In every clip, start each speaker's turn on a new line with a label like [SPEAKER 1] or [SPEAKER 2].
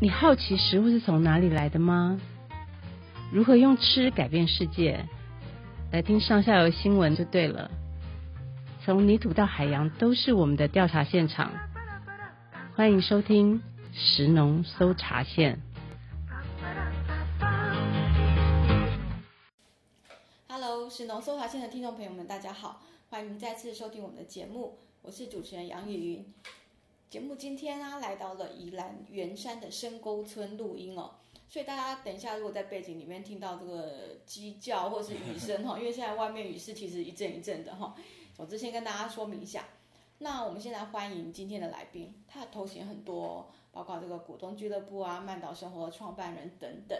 [SPEAKER 1] 你好奇食物是从哪里来的吗？如何用吃改变世界？来听上下游新闻就对了。从泥土到海洋，都是我们的调查现场。欢迎收听《食农搜查线》。
[SPEAKER 2] Hello，是农搜查线的听众朋友们，大家好，欢迎再次收听我们的节目，我是主持人杨雨云。节目今天啊，来到了宜兰圆山的深沟村录音哦，所以大家等一下，如果在背景里面听到这个鸡叫或是雨声哈、哦，因 为现在外面雨势其实一阵一阵的哈、哦。总之，先跟大家说明一下。那我们现在欢迎今天的来宾，他的头衔很多、哦，包括这个股东俱乐部啊、曼岛生活的创办人等等。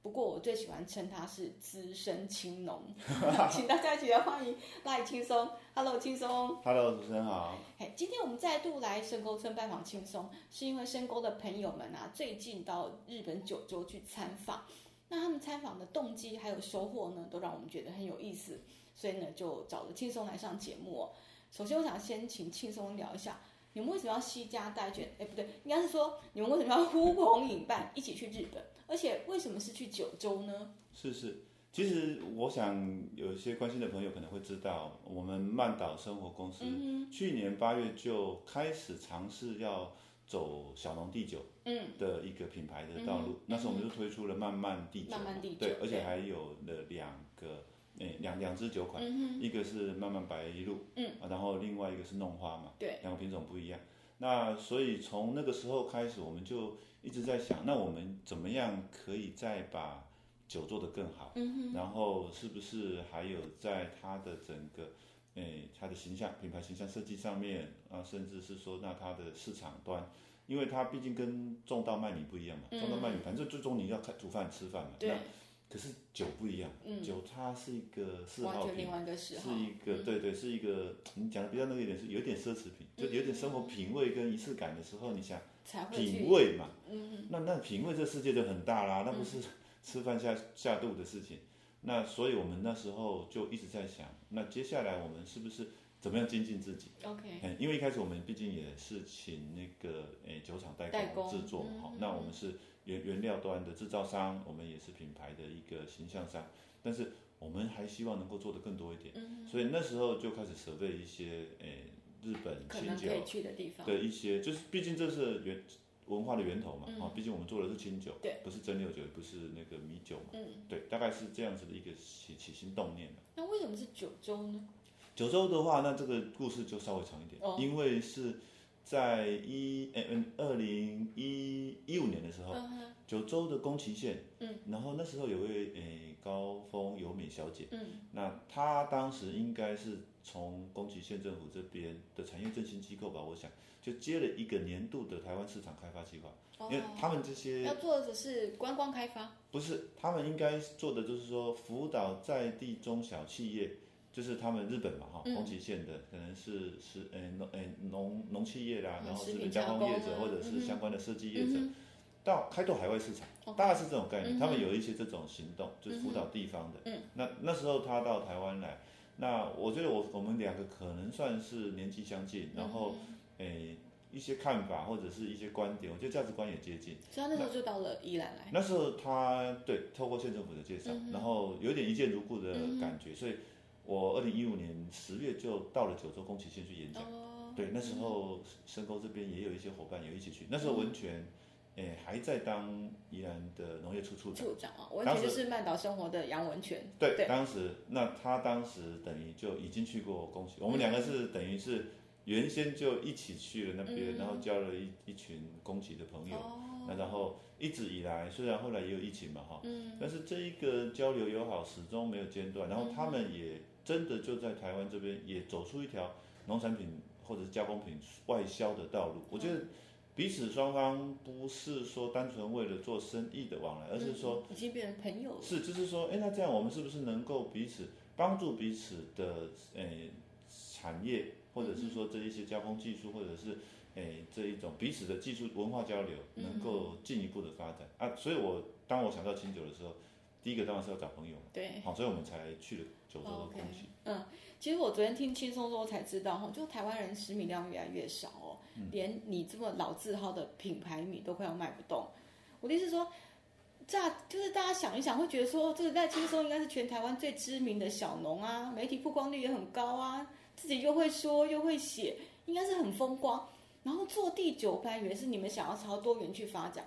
[SPEAKER 2] 不过我最喜欢称他是资深青农， 请大家一起来欢迎赖轻松，Hello 轻松。
[SPEAKER 3] Hello，主持人好。
[SPEAKER 2] 嘿，今天我们再度来深沟村拜访轻松，是因为深沟的朋友们啊，最近到日本九州去参访，那他们参访的动机还有收获呢，都让我们觉得很有意思，所以呢，就找了轻松来上节目、哦。首先，我想先请轻松聊一下，你们为什么要惜家带眷？哎，不对，应该是说你们为什么要呼朋引伴一起去日本？而且为什么是去九州呢？
[SPEAKER 3] 是是，其实我想有一些关心的朋友可能会知道，我们曼岛生活公司、
[SPEAKER 2] 嗯
[SPEAKER 3] 去年八月就开始尝试要走小农第九
[SPEAKER 2] 嗯，
[SPEAKER 3] 的一个品牌的道路，那时候我们就推出了慢慢第九嘛，
[SPEAKER 2] 慢慢第九
[SPEAKER 3] 对，而
[SPEAKER 2] 对
[SPEAKER 3] 且还有了两个。诶，两两支酒款，一个是慢慢白一路，
[SPEAKER 2] 嗯
[SPEAKER 3] 啊，然后另外一个是弄花嘛，
[SPEAKER 2] 对，
[SPEAKER 3] 两个品种不一样。那所以从那个时候开始，我们就一直在想，那我们怎么样可以再把酒做得更好？嗯然后是不是还有在它的整个，诶，它的形象、品牌形象设计上面啊，甚至是说，那它的市场端，因为它毕竟跟种稻麦米不一样嘛，种稻麦米反正最终你要看煮饭吃饭嘛，
[SPEAKER 2] 嗯对嗯
[SPEAKER 3] 那可是酒不一样，酒它是啊一个嗜
[SPEAKER 2] 完
[SPEAKER 3] 好
[SPEAKER 2] 全
[SPEAKER 3] 品
[SPEAKER 2] 另外一个嗜
[SPEAKER 3] 是
[SPEAKER 2] 好。嗯
[SPEAKER 3] 一个对对，是一个你讲的比较那个一点是有点奢侈品，就有点生活品味跟仪式感的时候，你想
[SPEAKER 2] 才会去嗯
[SPEAKER 3] 品味嘛，那那品味这世界就很大啦，那不是 吃饭下下肚的事情。那所以我们那时候就一直在想，那接下来我们是不是怎么样精进自己？
[SPEAKER 2] OK，
[SPEAKER 3] 嗯，因为一开始我们毕竟也是请那个诶酒厂代
[SPEAKER 2] 代
[SPEAKER 3] 工
[SPEAKER 2] 工嗯
[SPEAKER 3] 制作嘛，哈、那我们是原原料端的制造商，我们也是品牌的一个形象商，但是我们还希望能够做得更多一点，
[SPEAKER 2] 嗯
[SPEAKER 3] 所以那时候就开始设备一些诶日本
[SPEAKER 2] 可
[SPEAKER 3] 清
[SPEAKER 2] 能可以
[SPEAKER 3] 酒
[SPEAKER 2] 去的地方。
[SPEAKER 3] 的一些，就是毕竟这是源文化的源头嘛，啊、毕竟我们做的是清酒，
[SPEAKER 2] 嗯对，嗯
[SPEAKER 3] 不是蒸馏酒，也不是那个米酒嘛，对，大概是这样子的一个起起心动念。
[SPEAKER 2] 那为什么是九州呢？
[SPEAKER 3] 九州的话，那这个故事就稍微长一点，
[SPEAKER 2] 哦
[SPEAKER 3] 因为是在一嗯嗯二零一一五年的时候，九州的宫崎县，嗯，然后那时候有位诶高峰由美小姐，嗯，那她当时应该是从宫崎县政府这边的产业振兴机构吧，我想就接了一个年度的台湾市场开发计划，因为他们这些
[SPEAKER 2] 要做的是观光开发。
[SPEAKER 3] 不是，他们应该做的就是说辅导在地中小企业，就是他们日本嘛
[SPEAKER 2] 嗯
[SPEAKER 3] 哈，宫崎县的可能是是诶农诶农农企业啦，
[SPEAKER 2] 嗯
[SPEAKER 3] 然后
[SPEAKER 2] 食
[SPEAKER 3] 是
[SPEAKER 2] 品
[SPEAKER 3] 加
[SPEAKER 2] 加
[SPEAKER 3] 工
[SPEAKER 2] 工
[SPEAKER 3] 业者
[SPEAKER 2] 啊嗯
[SPEAKER 3] 或者是相关的设计业者，到开拓海外市场，
[SPEAKER 2] OK
[SPEAKER 3] 大概是这种
[SPEAKER 2] 嗯
[SPEAKER 3] 概念。他们有一些这种行动，就是辅导地方的。那那时候他到台湾来，那我觉得我我们两个可能算是年纪相近，然后
[SPEAKER 2] 嗯
[SPEAKER 3] 诶一些看法或者是一些观点，我觉得价值观也接近。
[SPEAKER 2] 所以他那时候就到了宜兰来。
[SPEAKER 3] 那时候他对透过县政府的介绍，然后有点一见如故的感觉，所以我二零一五年十月就到了九州宫崎县去演讲。
[SPEAKER 2] 哦，
[SPEAKER 3] 对，那时候深沟这边也有一些伙伴有一起去，那时候文泉，诶、还在当宜兰的农业处处长。
[SPEAKER 2] 处长啊，文
[SPEAKER 3] 当
[SPEAKER 2] 泉
[SPEAKER 3] 时
[SPEAKER 2] 就是曼岛生活的杨文泉。
[SPEAKER 3] 对，
[SPEAKER 2] 对
[SPEAKER 3] 当时那他当时等于就已经去过宫崎，我们两个是等于是原先就一起去了那边，然后交了一一群宫崎的朋友，
[SPEAKER 2] 哦
[SPEAKER 3] 那然后一直以来虽然后来也有疫情嘛哈，但是这一个交流友好始终没有间断，然后他们也真的就在台湾这边也走出一条农产品或者是加工品外销的道路，我觉得。彼此双方不是说单纯为了做生意的往来，而是说
[SPEAKER 2] 嗯已经变成朋友了。
[SPEAKER 3] 是，就是说，哎，那这样我们是不是能够彼此帮助彼此的，诶，产业，或者是说这一些交通技术，或者是诶这一种彼此的技术文化交流，
[SPEAKER 2] 嗯
[SPEAKER 3] 能够进一步的发展、啊？所以我当我想到清酒的时候，第一个当然是要找朋友嘛，
[SPEAKER 2] 对。
[SPEAKER 3] 好，所以我们才去了九州的
[SPEAKER 2] 哦
[SPEAKER 3] 东
[SPEAKER 2] ，OK
[SPEAKER 3] 西。
[SPEAKER 2] 嗯，其实我昨天听轻松说才知道，哈，就台湾人食
[SPEAKER 3] 嗯
[SPEAKER 2] 米量越来越少哦，连你这么老字号的品牌米都快要卖不动。我的意思是说，乍就是大家想一想，会觉得说，这个赖清松应该是全台湾最知名的小农啊，媒体曝光率也很高啊，自己又会说又会写，应该是很风光。然后做第九，本来以为是你们想要朝多元去发展，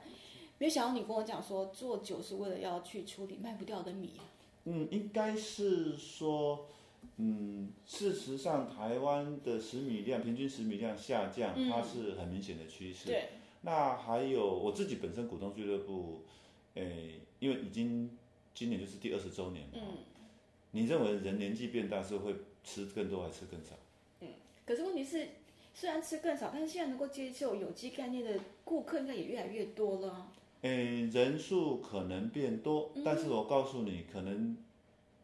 [SPEAKER 2] 没想到你跟我讲说，做酒是为了要去处理卖不掉的米啊。
[SPEAKER 3] 嗯，应该是说，嗯，事实上台湾的食米量平均食米量下降，
[SPEAKER 2] 嗯
[SPEAKER 3] 它是很明显的趋势。
[SPEAKER 2] 对，
[SPEAKER 3] 那还有我自己本身股东俱乐部，诶，因为已经今年就是第二十周年嘛，
[SPEAKER 2] 嗯。
[SPEAKER 3] 你认为人年纪变大是会吃更多还是吃更少？
[SPEAKER 2] 可是问题是，虽然吃更少，但是现在能够接受有机概念的顾客应该也越来越多了啊。
[SPEAKER 3] 诶，人数可能变多，
[SPEAKER 2] 嗯
[SPEAKER 3] 但是我告诉你，可能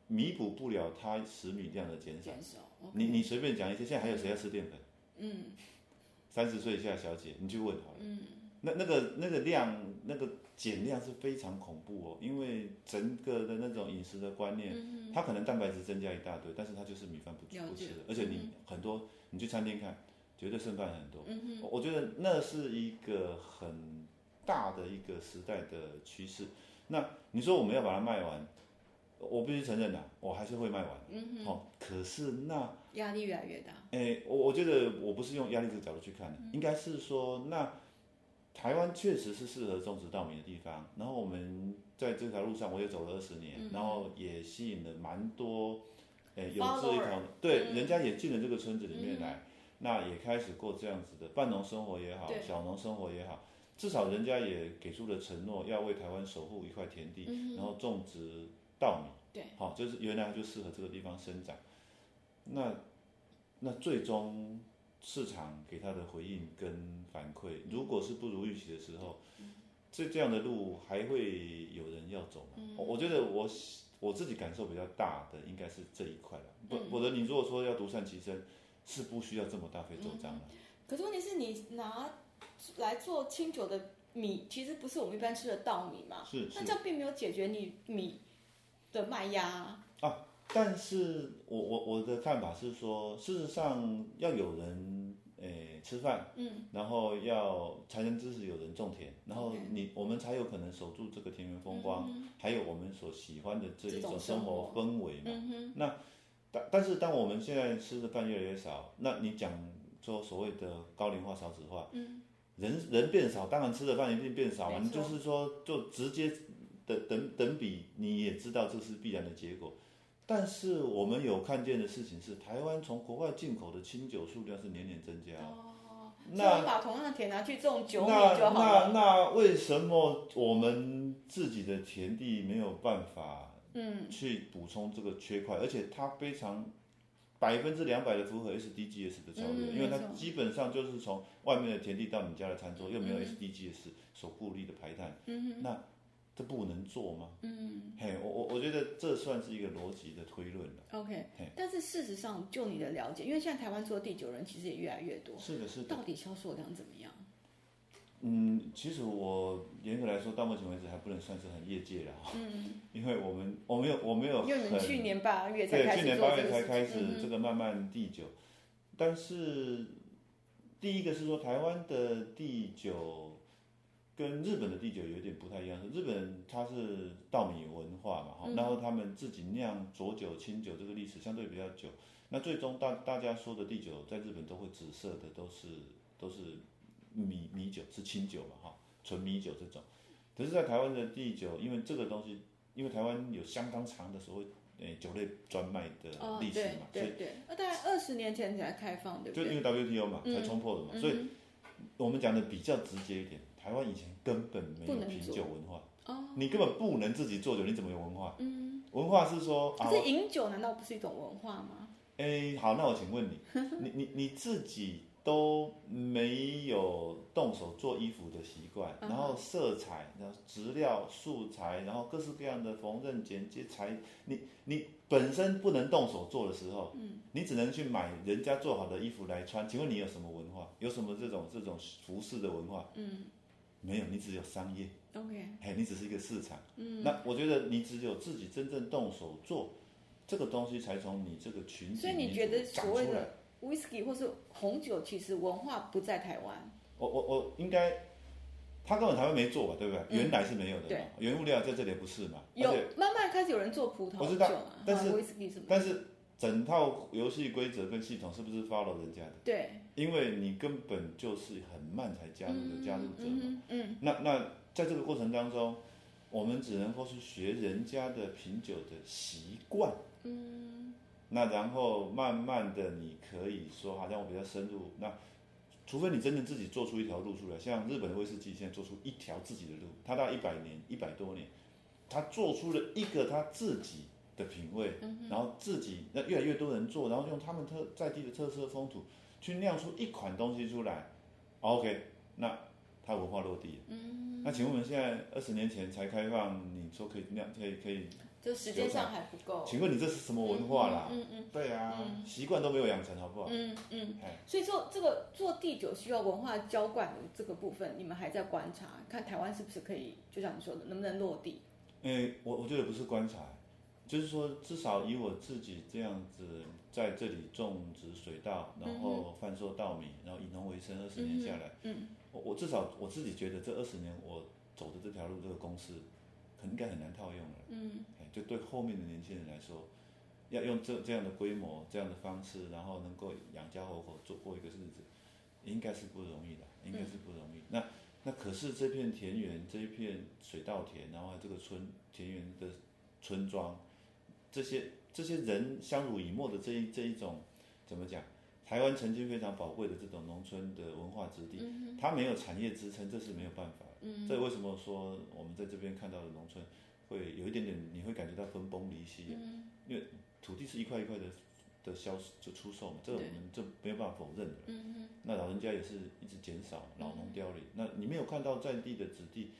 [SPEAKER 3] 弥补不了它食米量的减少。
[SPEAKER 2] 减少，
[SPEAKER 3] 你你随便讲一些，现在还有谁要吃淀粉？
[SPEAKER 2] 嗯
[SPEAKER 3] 三十岁以下的小姐，你去问好了。
[SPEAKER 2] 嗯，
[SPEAKER 3] 那那个那个量，那个减量是非常恐怖哦，因为整个的那种饮食的观念，它可能蛋白质增加一大堆，但是它就是米饭不
[SPEAKER 2] 嗯了
[SPEAKER 3] 不
[SPEAKER 2] 解
[SPEAKER 3] 吃了，而且你很多，你去餐厅看，绝对剩饭很多。
[SPEAKER 2] 嗯
[SPEAKER 3] 我我觉得那是一个很大的一个时代的趋势。那你说我们要把它卖完，我必须承认啦、我还是会卖完。嗯哦，可是那
[SPEAKER 2] 压力越来越大。
[SPEAKER 3] 哎、我我觉得我不是用压力这个角度去看的，应该是说，那台湾确实是适合种植稻米的地方。然后我们在这条路上，我也走了二十年，然后也吸引了蛮多，哎、有志一
[SPEAKER 2] Follower
[SPEAKER 3] 同，对，人家也进了这个村子里面来，那也开始过这样子的半农生活也好
[SPEAKER 2] 对，
[SPEAKER 3] 小农生活也好，至少人家也给出了承诺，要为台湾守护一块田地，然后种植稻米。
[SPEAKER 2] 嗯对，
[SPEAKER 3] 好、就是原来就适合这个地方生长。那那最终市场给他的回应跟反馈，如果是不如预期的时候，
[SPEAKER 2] 嗯
[SPEAKER 3] 这这样的路还会有人要走吗？我
[SPEAKER 2] 嗯
[SPEAKER 3] 我觉得我喜我自己感受比较大的应该是这一块了。
[SPEAKER 2] 嗯
[SPEAKER 3] 不，否则你如果说要独善其身，是不需要这么大费周章的。
[SPEAKER 2] 可是问题是你拿来做清酒的米，其实不是我们一般吃的稻米嘛，
[SPEAKER 3] 是是
[SPEAKER 2] 那这样并没有解决你米的卖压啊。
[SPEAKER 3] 但是我我我的看法是说，事实上要有人诶、吃饭，嗯，然后要才能支持有人种田，然后
[SPEAKER 2] OK
[SPEAKER 3] 你我们才有可能守住这个田园风光，还有我们所喜欢的嗯这一种生活嗯氛围嘛。那但但是当我们现在吃的饭越来越少，那你讲说所谓的高龄化、少子化，嗯，人人变少，当然吃的饭一定变少嘛。
[SPEAKER 2] 没
[SPEAKER 3] 你
[SPEAKER 2] 错
[SPEAKER 3] 就是说，就直接等等等比，你也知道这是必然的结果。但是我们有看见的事情是，台湾从国外进口的清酒数量是年年增加哦。
[SPEAKER 2] 哦，
[SPEAKER 3] 那
[SPEAKER 2] 所以我们把同样的田拿去种酒米
[SPEAKER 3] 那
[SPEAKER 2] 就好了。
[SPEAKER 3] 那那为什么我们自己的田地没有办法
[SPEAKER 2] 嗯，
[SPEAKER 3] 去补充这个缺块？而且它非常百分之两百的符合 SDGs 的条约，
[SPEAKER 2] 嗯
[SPEAKER 3] 因为它
[SPEAKER 2] 没错
[SPEAKER 3] 基本上就是从外面的田地到你家的餐桌，又没有
[SPEAKER 2] 嗯
[SPEAKER 3] SDGs 所顾虑的排碳，那这不能做吗？嗯，嘿，我我我觉得这算是一个逻辑的推论了。
[SPEAKER 2] OK，
[SPEAKER 3] 嘿
[SPEAKER 2] 但是事实上，就你的了解，因为现在台湾做第九人其实也越来越多，
[SPEAKER 3] 是的，是的。
[SPEAKER 2] 到底销售量怎么样？
[SPEAKER 3] 嗯，其实我严格来说，到目前为止还不能算是很业界了哈，嗯、 因为我们我没有我没有
[SPEAKER 2] 因为你们
[SPEAKER 3] 很
[SPEAKER 2] 去年八月才
[SPEAKER 3] 对
[SPEAKER 2] 开
[SPEAKER 3] 去
[SPEAKER 2] 始
[SPEAKER 3] 年
[SPEAKER 2] 做
[SPEAKER 3] 八
[SPEAKER 2] 这
[SPEAKER 3] 月
[SPEAKER 2] 个
[SPEAKER 3] 才
[SPEAKER 2] 事情，嗯
[SPEAKER 3] 开始这个慢慢第九，但是第一个是说台湾的第九跟日本的第九有点不太一样，日本它是稻米文化嘛，哈、
[SPEAKER 2] 嗯
[SPEAKER 3] 然后他们自己酿浊酒、清酒这个历史相对比较久，那最终大大家说的第九在日本都会紫色的，都是都是米米酒是清酒嘛，哈，纯米酒这种。可是，在台湾的第九，因为这个东西，因为台湾有相当长的所谓诶酒类专卖的
[SPEAKER 2] 哦，
[SPEAKER 3] 历史
[SPEAKER 2] 对
[SPEAKER 3] 嘛，所以
[SPEAKER 2] 对对，那大概二十年前才开放，对不
[SPEAKER 3] 就
[SPEAKER 2] 对？
[SPEAKER 3] 因为 WTO 嘛
[SPEAKER 2] 嗯
[SPEAKER 3] 才冲破的嘛，所以我们讲的比较直接一点，台湾以前根本没有
[SPEAKER 2] 不能
[SPEAKER 3] 品
[SPEAKER 2] 做
[SPEAKER 3] 酒文化，
[SPEAKER 2] 哦，
[SPEAKER 3] 你根本不能自己做酒，你怎么有文化？
[SPEAKER 2] 嗯，
[SPEAKER 3] 文化是说啊
[SPEAKER 2] 可，是饮酒难道不是一种文化吗？
[SPEAKER 3] 哎，好，那我请 问你，你你你自己都没有动手做衣服的习惯，
[SPEAKER 2] 嗯哼
[SPEAKER 3] 然后色彩，然后质料、素材，然后各式各样的缝纫、剪接材，你你本身不能动手做的时候，嗯，你只能去买人家做好的衣服来穿。请问你有什么文化？有什么这种这种服饰的文化？
[SPEAKER 2] 嗯
[SPEAKER 3] 没有，你只有商业。
[SPEAKER 2] ，OK，
[SPEAKER 3] 哎，你只是一个市场。嗯，那我觉得你只有自己真正动手做，这个东西才从你这个群体
[SPEAKER 2] 所以你
[SPEAKER 3] 里
[SPEAKER 2] 觉得
[SPEAKER 3] 面长
[SPEAKER 2] 所谓
[SPEAKER 3] 出来
[SPEAKER 2] 的 whisky 或是红酒，其实文化不在台湾，
[SPEAKER 3] 我我我应该他根本台湾没做嘛，对不对？
[SPEAKER 2] 嗯
[SPEAKER 3] 原来是没有的嘛
[SPEAKER 2] 对，
[SPEAKER 3] 原物料在这里不是嘛，而
[SPEAKER 2] 有
[SPEAKER 3] 且
[SPEAKER 2] 慢慢开始有人做葡萄
[SPEAKER 3] 我
[SPEAKER 2] 酒
[SPEAKER 3] 知道
[SPEAKER 2] 嘛，
[SPEAKER 3] 但是
[SPEAKER 2] 威士忌什么的，
[SPEAKER 3] 但是整套游戏规则跟系统是不是 follow 人家的？
[SPEAKER 2] 对，
[SPEAKER 3] 因为你根本就是很慢才加入的加入者嘛，
[SPEAKER 2] 嗯嗯嗯
[SPEAKER 3] 那那在这个过程当中，我们只能够去学人家的品酒的习惯，
[SPEAKER 2] 嗯
[SPEAKER 3] 那然后慢慢的你可以说，好像我比较深入，那除非你真的自己做出一条路出来，像日本威士忌现在做出一条自己的路，他到一百年、一百多年，他做出了一个他自己的品味，然后自己那越来越多人做，然后用他们特在地的特色风土去酿出一款东西出来，OK，那它文化落地了。
[SPEAKER 2] 嗯，
[SPEAKER 3] 那请问我们现在二十年前才开放，你说可以酿，可以可以，
[SPEAKER 2] 就时间上还不够，
[SPEAKER 3] 请问你这是什么文化啦？
[SPEAKER 2] 嗯嗯
[SPEAKER 3] 对啊，习惯都没有养成，好不好？
[SPEAKER 2] 嗯嗯
[SPEAKER 3] 哎，
[SPEAKER 2] 所以说这个做第九需要文化浇灌的这个部分，你们还在观察，看台湾是不是可以，就像你说的，能不能落地？
[SPEAKER 3] 诶、我我觉得不是观察，就是说，至少以我自己这样子在这里种植水稻，然后贩售稻米，然后以农为生，二十年下来，
[SPEAKER 2] 嗯
[SPEAKER 3] 我我至少我自己觉得这二十年我走的这条路，这个公式，很应该很难套用了。
[SPEAKER 2] 嗯
[SPEAKER 3] 哎，就对后面的年轻人来说，要用这这样的规模、这样的方式，然后能够养家活口，做过一个日子，应该是不容易的，应
[SPEAKER 2] 嗯
[SPEAKER 3] 该是不容易。那那可是这片田园、这一片水稻田，然后还有这个村田园的村庄，这些这些人相濡以沫的这一这一种，怎么讲？台湾曾经非常宝贵的这种农村的文化之地，它没有产业支撑，这是没有办法的。
[SPEAKER 2] 嗯
[SPEAKER 3] 这为什么说我们在这边看到的农村会有一点点，你会感觉到分崩离析、啊，
[SPEAKER 2] 嗯
[SPEAKER 3] 土地是一块一块的的销售就出售嘛，这个我
[SPEAKER 2] 对
[SPEAKER 3] 们这没有办法否认的。
[SPEAKER 2] 嗯
[SPEAKER 3] 那老人家也是一直减少，老农凋零。那你没有看到在地的子弟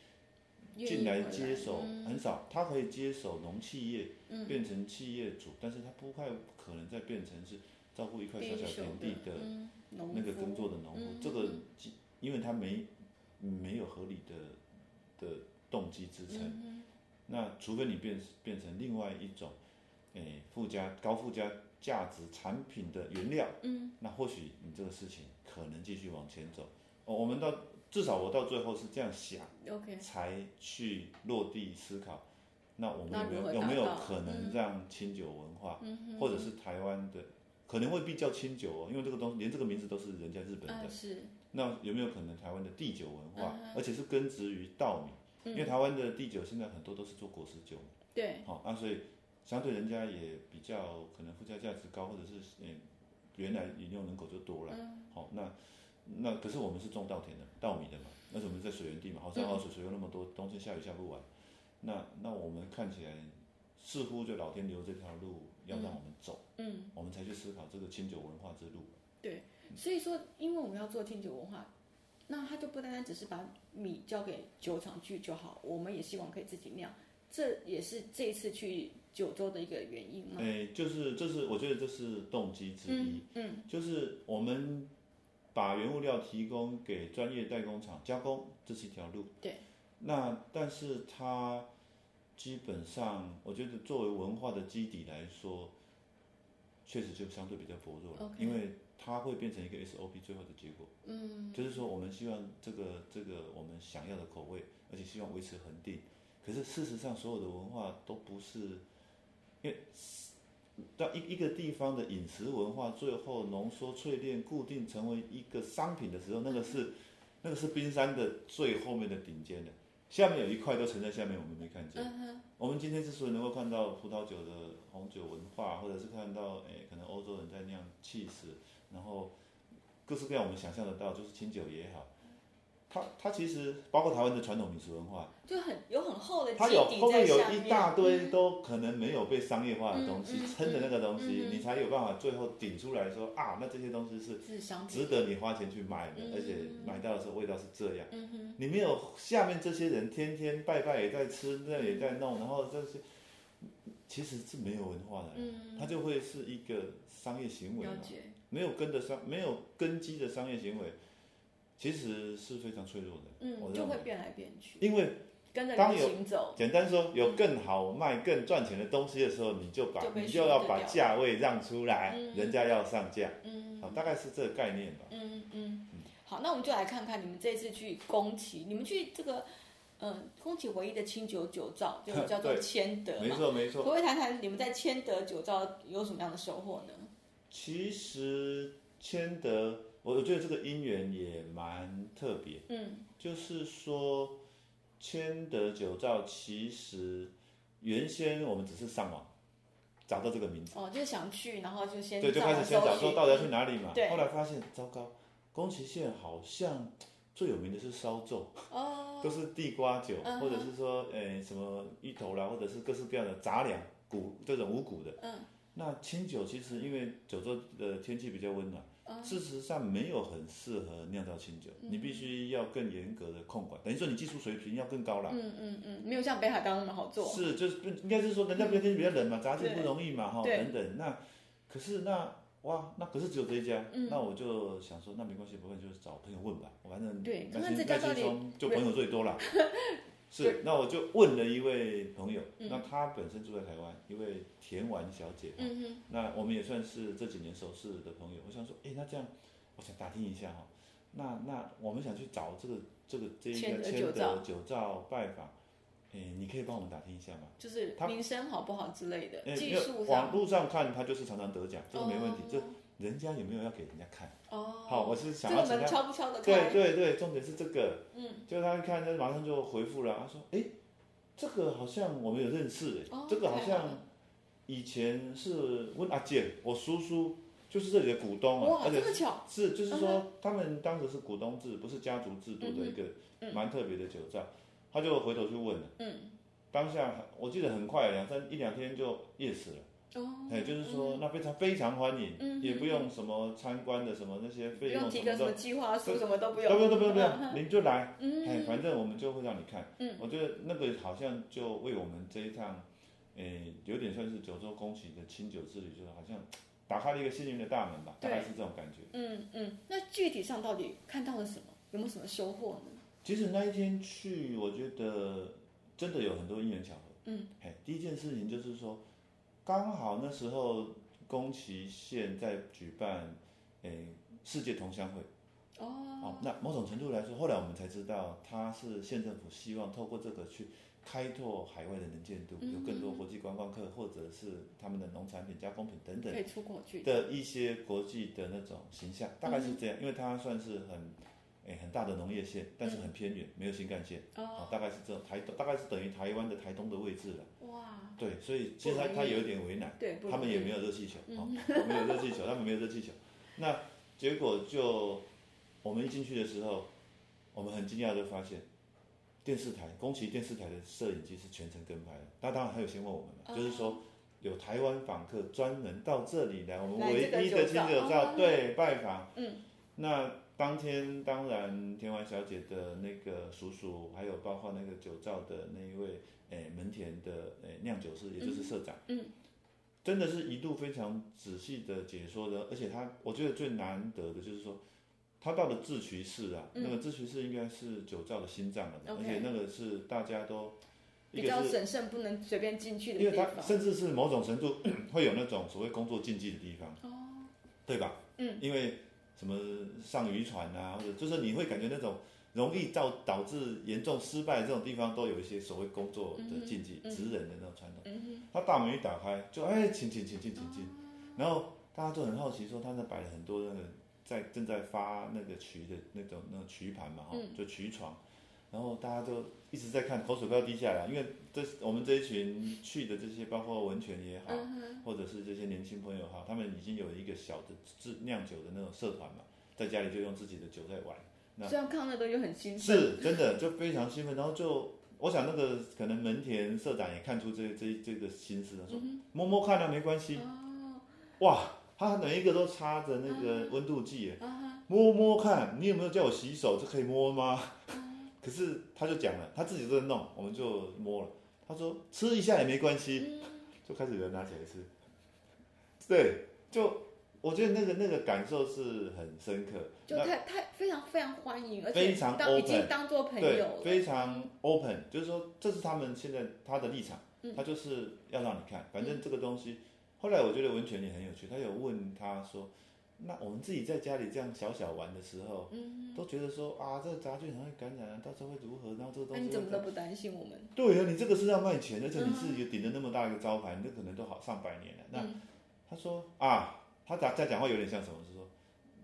[SPEAKER 2] 嗯，
[SPEAKER 3] 进来
[SPEAKER 2] 愿意回
[SPEAKER 3] 接手，
[SPEAKER 2] 嗯
[SPEAKER 3] 很少，他可以接手农企业，
[SPEAKER 2] 嗯
[SPEAKER 3] 变成企业主，但是他不太可能再变成是照顾一块小
[SPEAKER 2] 第一
[SPEAKER 3] 小
[SPEAKER 2] 手
[SPEAKER 3] 田地的
[SPEAKER 2] 嗯农
[SPEAKER 3] 那个
[SPEAKER 2] 夫
[SPEAKER 3] 耕作的农户，
[SPEAKER 2] 嗯
[SPEAKER 3] 这个既因为他没没有合理的的动机支撑，
[SPEAKER 2] 嗯
[SPEAKER 3] 那除非你变变成另外一种，诶、附加高附加价值产品的原料，
[SPEAKER 2] 嗯，
[SPEAKER 3] 那或许你这个事情可能继续往前走。哦我们到至少我到最后是这样想，
[SPEAKER 2] 哼 OK，
[SPEAKER 3] 才去落地思考。那我们
[SPEAKER 2] 那
[SPEAKER 3] 有没
[SPEAKER 2] 如何
[SPEAKER 3] 有有没
[SPEAKER 2] 达
[SPEAKER 3] 有
[SPEAKER 2] 到
[SPEAKER 3] 可能让清酒文化，
[SPEAKER 2] 嗯哼，
[SPEAKER 3] 或者是台湾的，可能未必叫清酒哦，因为这个东西连这个名字都是人家日本的
[SPEAKER 2] 啊。是，
[SPEAKER 3] 那有没有可能台湾的地酒文化，
[SPEAKER 2] 嗯哼
[SPEAKER 3] 而且是根植于稻
[SPEAKER 2] 嗯
[SPEAKER 3] 米？因为台湾的地酒现在很多都是做果实酒，
[SPEAKER 2] 对，
[SPEAKER 3] 好、那所以相对人家也比较可能附加价值高，或者是嗯、原来饮用人口就多了，
[SPEAKER 2] 嗯
[SPEAKER 3] 好、那那可是我们是种稻田的稻米的嘛，而且我们在水源地嘛，好山好水，水又那么多，冬天下雨下不完，那那我们看起来似乎就老天留这条路要让我们走，
[SPEAKER 2] 嗯。
[SPEAKER 3] 我们才去思考这个清酒文化之路。嗯
[SPEAKER 2] 所以说，因为我们要做清酒文化，那它就不单单只是把米交给酒厂去就好，我们也希望可以自己酿，这也是这一次去九州的一个原因嘛。
[SPEAKER 3] 诶，哎就是这是我觉得这是动机之一，
[SPEAKER 2] 嗯
[SPEAKER 3] 就是我们把原物料提供给专业代工厂加工，这是一条路。
[SPEAKER 2] 对。
[SPEAKER 3] 那但是它基本上，我觉得作为文化的基底来说，确实就相对比较薄弱了
[SPEAKER 2] OK
[SPEAKER 3] 因为它会变成一个 SOP 最后的结果。
[SPEAKER 2] 嗯
[SPEAKER 3] 就是说，我们希望这个这个我们想要的口味，而且希望维持恒定。可是事实上，所有的文化都不是，因为到一一个地方的饮食文化最后浓缩淬炼固定成为一个商品的时候，那个是那个是冰山的最后面的顶尖的，下面有一块都沉在下面，我们没看见。
[SPEAKER 2] 嗯哼
[SPEAKER 3] 我们今天之所以能够看到葡萄酒的红酒文化，或者是看到诶、可能欧洲人在酿 cheese，然后各式各样我们想象得到，就是清酒也好，它它其实包括台湾的传统饮食文化，
[SPEAKER 2] 就很有很厚的基
[SPEAKER 3] 它有后
[SPEAKER 2] 底在
[SPEAKER 3] 面有
[SPEAKER 2] 下面。
[SPEAKER 3] 一大堆都可能没有被商业化的东
[SPEAKER 2] 嗯嗯
[SPEAKER 3] 西
[SPEAKER 2] 嗯
[SPEAKER 3] 撑着那个东西
[SPEAKER 2] 嗯，嗯
[SPEAKER 3] 你才有办法最后顶出来说啊，那这些东西是
[SPEAKER 2] 是商
[SPEAKER 3] 值
[SPEAKER 2] 品。
[SPEAKER 3] 得你花钱去买的，
[SPEAKER 2] 嗯
[SPEAKER 3] 而且买到的时候味道是这样。
[SPEAKER 2] 嗯哼，
[SPEAKER 3] 你没有下面这些人天天拜拜也在吃，那也在弄，然后这些其实是没有文化的，
[SPEAKER 2] 嗯
[SPEAKER 3] 它就会是一个商业行为
[SPEAKER 2] 了
[SPEAKER 3] 嘛，
[SPEAKER 2] 解。
[SPEAKER 3] 没有跟的商，没有根基的商业行为，其实是非常脆弱的。我
[SPEAKER 2] 嗯，就
[SPEAKER 3] 认为
[SPEAKER 2] 会，变来变去，
[SPEAKER 3] 因为
[SPEAKER 2] 跟着
[SPEAKER 3] 当
[SPEAKER 2] 流
[SPEAKER 3] 有
[SPEAKER 2] 行走。
[SPEAKER 3] 简单说，有更好卖、更赚钱的东西的时候，你就把
[SPEAKER 2] 就被
[SPEAKER 3] 你
[SPEAKER 2] 选
[SPEAKER 3] 就要
[SPEAKER 2] 择
[SPEAKER 3] 把
[SPEAKER 2] 掉
[SPEAKER 3] 价位让出来，
[SPEAKER 2] 嗯
[SPEAKER 3] 人家要上价，
[SPEAKER 2] 嗯
[SPEAKER 3] 好，大概是这个概念吧。
[SPEAKER 2] 嗯嗯。好，那我们就来看看你们这次去宫崎，你们去这个嗯宫崎唯一的清酒酒造，这个叫做
[SPEAKER 3] 对
[SPEAKER 2] 千德
[SPEAKER 3] 没
[SPEAKER 2] 嘛。
[SPEAKER 3] 错没
[SPEAKER 2] 可
[SPEAKER 3] 错。
[SPEAKER 2] 不可以谈谈你们在千德酒造有什么样的收获呢？
[SPEAKER 3] 其实千德，我我觉得这个姻缘也蛮特别，
[SPEAKER 2] 嗯，
[SPEAKER 3] 就是说千德酒造其实原先我们只是上网找到这个名字，
[SPEAKER 2] 哦，就是想去，然后就先
[SPEAKER 3] 对，就开始先找说到底要去哪里嘛
[SPEAKER 2] 嗯对，
[SPEAKER 3] 后来发现糟糕，宫崎县好像最有名的是烧酒。
[SPEAKER 2] 哦，
[SPEAKER 3] 都是地瓜酒，
[SPEAKER 2] 嗯哼
[SPEAKER 3] 或者是说，诶、什么芋头啦，或者是各式各样的杂粮谷这种五谷的。
[SPEAKER 2] 嗯。
[SPEAKER 3] 那清酒其实因为九州的天气比较温暖，
[SPEAKER 2] 嗯
[SPEAKER 3] 事实上没有很适合酿造清酒，你必须要更严格的控管，等于说你技术水平要更高啦。
[SPEAKER 2] 嗯嗯嗯，没有像北海道那么好做。
[SPEAKER 3] 是，就是不应该是说人家比较天气比较冷嘛，杂技
[SPEAKER 2] 对
[SPEAKER 3] 不容易嘛，哈，
[SPEAKER 2] 对
[SPEAKER 3] 等等。那可是那哇，那可是只有这一家，
[SPEAKER 2] 嗯
[SPEAKER 3] 那我就想说，那没关系，不然就找朋友问吧，我反正
[SPEAKER 2] 对
[SPEAKER 3] 那
[SPEAKER 2] 看看
[SPEAKER 3] 些
[SPEAKER 2] 这家
[SPEAKER 3] 那
[SPEAKER 2] 到底
[SPEAKER 3] 些兄就朋友最 多啦。是，那我就问了一位朋友，那她本身住在台湾，一位田丸小姐，
[SPEAKER 2] 嗯哼，
[SPEAKER 3] 那我们也算是这几年熟识的朋友。我想说，诶，那这样，我想打听一下哈、哦，那那我们想去找这个这个这一
[SPEAKER 2] 千
[SPEAKER 3] 个
[SPEAKER 2] 德
[SPEAKER 3] 千
[SPEAKER 2] 酒造
[SPEAKER 3] 德酒造拜访，诶，你可以帮我们打听一下吗？
[SPEAKER 2] 就是
[SPEAKER 3] 他
[SPEAKER 2] 名声好不好之类的，
[SPEAKER 3] 哎
[SPEAKER 2] 技
[SPEAKER 3] 没有
[SPEAKER 2] 术
[SPEAKER 3] 网
[SPEAKER 2] 上。
[SPEAKER 3] 络上看他就是常常得奖，这个没问题。
[SPEAKER 2] 哦
[SPEAKER 3] 这人家有没有要给人家看？
[SPEAKER 2] 哦，
[SPEAKER 3] 好，我是
[SPEAKER 2] 这
[SPEAKER 3] 想要
[SPEAKER 2] 个
[SPEAKER 3] 请
[SPEAKER 2] 门
[SPEAKER 3] 他。
[SPEAKER 2] 敲不敲得
[SPEAKER 3] 对
[SPEAKER 2] 开？
[SPEAKER 3] 对对，重点是这个。
[SPEAKER 2] 嗯，
[SPEAKER 3] 就他一看，他马上就回复了，他说：“哎，这个好像我们有认识哎
[SPEAKER 2] 哦，
[SPEAKER 3] 这个好
[SPEAKER 2] 太好
[SPEAKER 3] 像以前是问阿健，我叔叔就是这里的股东啊，
[SPEAKER 2] 哇，
[SPEAKER 3] 而且
[SPEAKER 2] 这么巧，
[SPEAKER 3] 是，就是
[SPEAKER 2] 嗯
[SPEAKER 3] 说他们当时是股东制，不是家族制度的一个蛮特别的酒造，他就回头去问了，
[SPEAKER 2] 嗯，
[SPEAKER 3] 当下我记得很快两三一两天就 yes 了，
[SPEAKER 2] 哦，
[SPEAKER 3] 哎，就是说那非常非常欢迎，
[SPEAKER 2] 嗯
[SPEAKER 3] 也不用什么参观的什么那些
[SPEAKER 2] 不
[SPEAKER 3] 费
[SPEAKER 2] 用
[SPEAKER 3] 用
[SPEAKER 2] 提
[SPEAKER 3] 什
[SPEAKER 2] 个
[SPEAKER 3] 么
[SPEAKER 2] 什么
[SPEAKER 3] 的，
[SPEAKER 2] 计划书，
[SPEAKER 3] 对
[SPEAKER 2] 什么都不
[SPEAKER 3] 不
[SPEAKER 2] 用。
[SPEAKER 3] 用不用不用，你就来，哎，
[SPEAKER 2] 嗯，
[SPEAKER 3] 反正我们就会让你看。
[SPEAKER 2] 嗯，
[SPEAKER 3] 我觉得那个好像就为我们这一趟，诶，有点算是九州宫崎的清酒之旅，就是好像打开了一个心灵的大门吧，
[SPEAKER 2] 对
[SPEAKER 3] 大概是这种感觉。
[SPEAKER 2] 嗯嗯，那具体上到底看到了什么？有没有什么收获呢？
[SPEAKER 3] 其实那一天去，我觉得真的有很多因缘巧合。
[SPEAKER 2] 嗯，
[SPEAKER 3] 哎，第一件事情就是说，刚好那时候宫崎县在举办，诶，世界同乡会。
[SPEAKER 2] 哦，
[SPEAKER 3] 哦，那某种程度来说，后来我们才知道，他是县政府希望透过这个去开拓海外的能见度，
[SPEAKER 2] 嗯
[SPEAKER 3] 有更多国际观光客或者是他们的农产品、加工品等等
[SPEAKER 2] 可以出国去。
[SPEAKER 3] 的一些国际的那种形象，大概是
[SPEAKER 2] 嗯
[SPEAKER 3] 这样。因为它算是很，诶、很大的农业县，但是很偏远，没有新干线，
[SPEAKER 2] 嗯哦，
[SPEAKER 3] 哦，大概是这种台东，大概是等于台湾的台东的位置了。
[SPEAKER 2] 哇，
[SPEAKER 3] 对，所以其实它
[SPEAKER 2] 哦不容易
[SPEAKER 3] 它有一点为难。
[SPEAKER 2] 对，不嗯
[SPEAKER 3] 他们也没
[SPEAKER 2] 有。
[SPEAKER 3] 有热气球，哦，我们有热气球，他们没有热气球。那结果就我们一进去的时候，我们很惊讶的发现，电视台宫崎电视台的摄影机是全程跟拍的。那当然还有先问我们了，就是
[SPEAKER 2] 哦
[SPEAKER 3] 说有台湾访客专门到这里来，我们
[SPEAKER 2] 来这个
[SPEAKER 3] 唯一的
[SPEAKER 2] 酒
[SPEAKER 3] 亲
[SPEAKER 2] 造
[SPEAKER 3] 友照
[SPEAKER 2] 哦
[SPEAKER 3] 对拜访。
[SPEAKER 2] 嗯，
[SPEAKER 3] 那当天当然田丸小姐的那个叔叔，还有包括那个酒造的那一位。诶，门田的诶酿酒师，也
[SPEAKER 2] 嗯
[SPEAKER 3] 就是社长，真的是一度非常仔细的解说的，而且他我觉得最难得的就是说，他到了自渠市啊，那个自渠市应该是酒窖的心脏了嘛，
[SPEAKER 2] 嗯 OK
[SPEAKER 3] 而且那个是大家都一
[SPEAKER 2] 比较
[SPEAKER 3] 个是，
[SPEAKER 2] 审慎，不能随便进去的
[SPEAKER 3] 因为
[SPEAKER 2] 地
[SPEAKER 3] 他
[SPEAKER 2] 方。
[SPEAKER 3] 甚至是某种程度会有那种所谓工作禁忌的地方，
[SPEAKER 2] 哦，
[SPEAKER 3] 对吧？
[SPEAKER 2] 嗯，
[SPEAKER 3] 因为什么上渔船啊，或者就是你会感觉那种容易造导致严重失败的这种地方，都有一些所谓工作的禁忌、
[SPEAKER 2] 嗯哼嗯
[SPEAKER 3] 职人的那种传统。
[SPEAKER 2] 嗯哦
[SPEAKER 3] 他大门一打开，就哎，请请请请请进，然后大家就很好奇说，他那摆了很多那个在正在发那个渠的那种那种渠盘嘛，哈、
[SPEAKER 2] 嗯
[SPEAKER 3] 就渠床，然后大家就一直在看，口水快要滴下来，因为这我们这一群去的这些，包括文泉也好，
[SPEAKER 2] 哼，嗯哼，
[SPEAKER 3] 或者是这些年轻朋友哈，他们已经有一个小的自酿酒的那种社团嘛，在家里就用自己的酒在玩，那
[SPEAKER 2] 虽然看到那东西很兴奋。
[SPEAKER 3] 是真的就非常兴奋，然后就我想那个可能门田社长也看出这这这个心思，他说、
[SPEAKER 2] 嗯
[SPEAKER 3] 摸摸看啊，没关系。
[SPEAKER 2] 哦，
[SPEAKER 3] 哇，他每一个都插着那个温度计耶，
[SPEAKER 2] 啊哈，
[SPEAKER 3] 摸摸看，你有没有叫我洗手？这可以摸吗？ 可是他就讲了，他自己都在弄，我们就摸了。他说吃一下也没关系，就开始有人拿起来吃。对，就我觉得那个那个感受是很深刻，
[SPEAKER 2] 就太太非常非常欢迎，而且
[SPEAKER 3] 非常
[SPEAKER 2] 当已
[SPEAKER 3] open
[SPEAKER 2] 经当做朋
[SPEAKER 3] 对
[SPEAKER 2] 友，了。
[SPEAKER 3] 非常 open，就是说这是他们现在他的立场，
[SPEAKER 2] 嗯
[SPEAKER 3] 他就是要让你看，反正这个东西。后来我觉得文泉也很有趣，他有问他说，那我们自己在家里这样小小玩的时候，嗯，都觉得说啊，这个杂菌很会感染啊，到时候会如何？然后这个
[SPEAKER 2] 那
[SPEAKER 3] 东西
[SPEAKER 2] 哎你
[SPEAKER 3] 会
[SPEAKER 2] 怎么
[SPEAKER 3] 怎
[SPEAKER 2] 都不担心我们？
[SPEAKER 3] 对啊，你这个是要卖钱，而且你自己顶着那么大一个招牌，那可能都好上百年了。那、他说啊，他讲在讲话有点像什么？是说，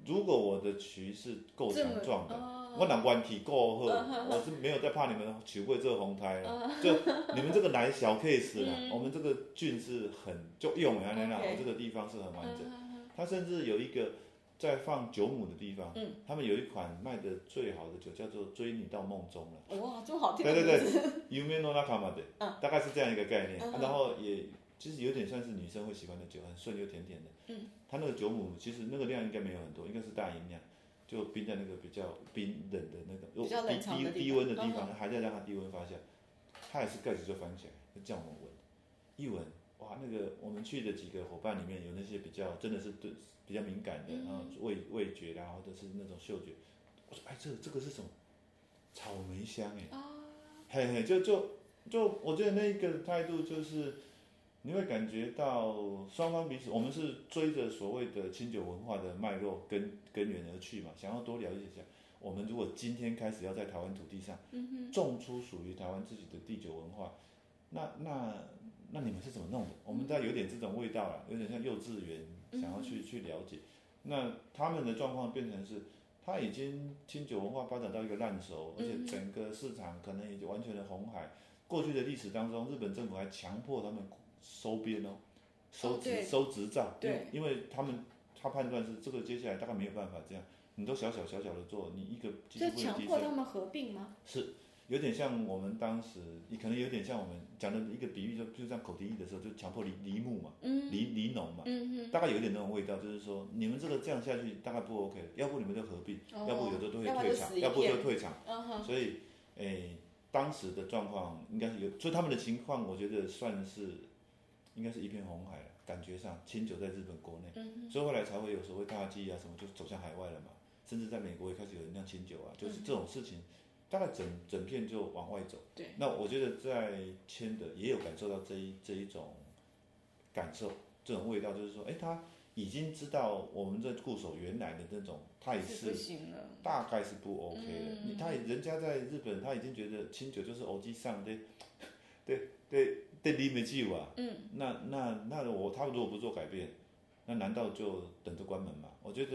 [SPEAKER 3] 如果我的渠是够强壮的，我哪关体够厚，我是没有在怕你们取过这个红胎了。就你们这个来小 case 啦，我们这个菌是很就用啊，那那
[SPEAKER 2] OK
[SPEAKER 3] 我这个地方是很完整。他甚至有一个在放酒母的地方，他们有一款卖的最好的酒叫做“追你到梦中”了。
[SPEAKER 2] 哇，这么好听的
[SPEAKER 3] 对对
[SPEAKER 2] 名字！
[SPEAKER 3] 对 y u m e no n a k a m a
[SPEAKER 2] 嗯
[SPEAKER 3] 的，大概是这样一个概念。啊然后也其实有点算是女生会喜欢的酒，很顺又甜甜的。嗯，它那个酒母其实那个量应该没有很多，应该是大吟酿，就冰在那个比较冰冷的那个
[SPEAKER 2] 比较冷藏
[SPEAKER 3] 低
[SPEAKER 2] 的
[SPEAKER 3] 低
[SPEAKER 2] 地
[SPEAKER 3] 低
[SPEAKER 2] 方
[SPEAKER 3] 温的地
[SPEAKER 2] 嗯
[SPEAKER 3] 方，还在让它低温发酵，它也是盖子就翻起来，就叫我们闻，一闻。哇，那个我们去的几个伙伴里面有那些比较真的是对比较敏感
[SPEAKER 2] 嗯
[SPEAKER 3] 的，然后味味觉啦，或者是那种嗅觉，我说哎，这个这个是什么？草莓香哎、嘿嘿，就就就我觉得那个态度就是，你会感觉到双方彼此，我们是追着所谓的清酒文化的脉络根根源而去嘛，想要多了解一下。我们如果今天开始要在台湾土地上，
[SPEAKER 2] 嗯
[SPEAKER 3] 种出属于台湾自己的地酒文化，那那那你们是怎么弄的？我们在有点这种味道
[SPEAKER 2] 嗯
[SPEAKER 3] 了，有点像幼稚园想要去去了解。那他们的状况变成是，他已经清酒文化发展到一个烂
[SPEAKER 2] 嗯
[SPEAKER 3] 熟，而且整个市场可能已经完全的红海。过去的历史当中，日本政府还强迫他们收编哦，收执、
[SPEAKER 2] 对
[SPEAKER 3] 收执照，因为
[SPEAKER 2] 对
[SPEAKER 3] 因为他们他判断是这个接下来大概没有办法这样，你都小小小小的做，你一个技术
[SPEAKER 2] 就
[SPEAKER 3] 会提
[SPEAKER 2] 强
[SPEAKER 3] 升。
[SPEAKER 2] 迫他们合并吗？
[SPEAKER 3] 有点像我们当时，也可能有点像我们讲的一个比喻，就就像口蹄疫的时候，就强迫离离牧嘛，
[SPEAKER 2] 嗯
[SPEAKER 3] 离离农嘛，大概有点那种味道，就是说你们这个这样下去大概不 OK，要不你们就合并，
[SPEAKER 2] 哦
[SPEAKER 3] 要不有的都会
[SPEAKER 2] 要不
[SPEAKER 3] 退
[SPEAKER 2] 就死
[SPEAKER 3] 场，
[SPEAKER 2] 一
[SPEAKER 3] 要不就
[SPEAKER 2] 片
[SPEAKER 3] 退场，
[SPEAKER 2] 嗯哼，
[SPEAKER 3] 所以，诶、当时的状况应该是有，所以他们的情况，我觉得算是应该是一片红海了，感觉上清酒在日本国内，
[SPEAKER 2] 嗯
[SPEAKER 3] 所以后来才会有所谓大忌啊什么，就走向海外了嘛，甚至在美国也开始有人酿清酒啊，就是
[SPEAKER 2] 嗯
[SPEAKER 3] 这种事情，大概整整片就往外走。
[SPEAKER 2] 对，
[SPEAKER 3] 那我觉得在签的也有感受到这一这一种感受，这种味道，就是说，哎、他已经知道我们这固守原来的那种泰
[SPEAKER 2] 是
[SPEAKER 3] 式
[SPEAKER 2] 不行了。
[SPEAKER 3] 大概是不 OK 的。
[SPEAKER 2] 嗯
[SPEAKER 3] 你他也人家在日本，他已经觉得清酒就是欧基上的， 对对对，你没记啊。嗯，那那那我他如果不做改变，那难道就等着关门吗？我觉得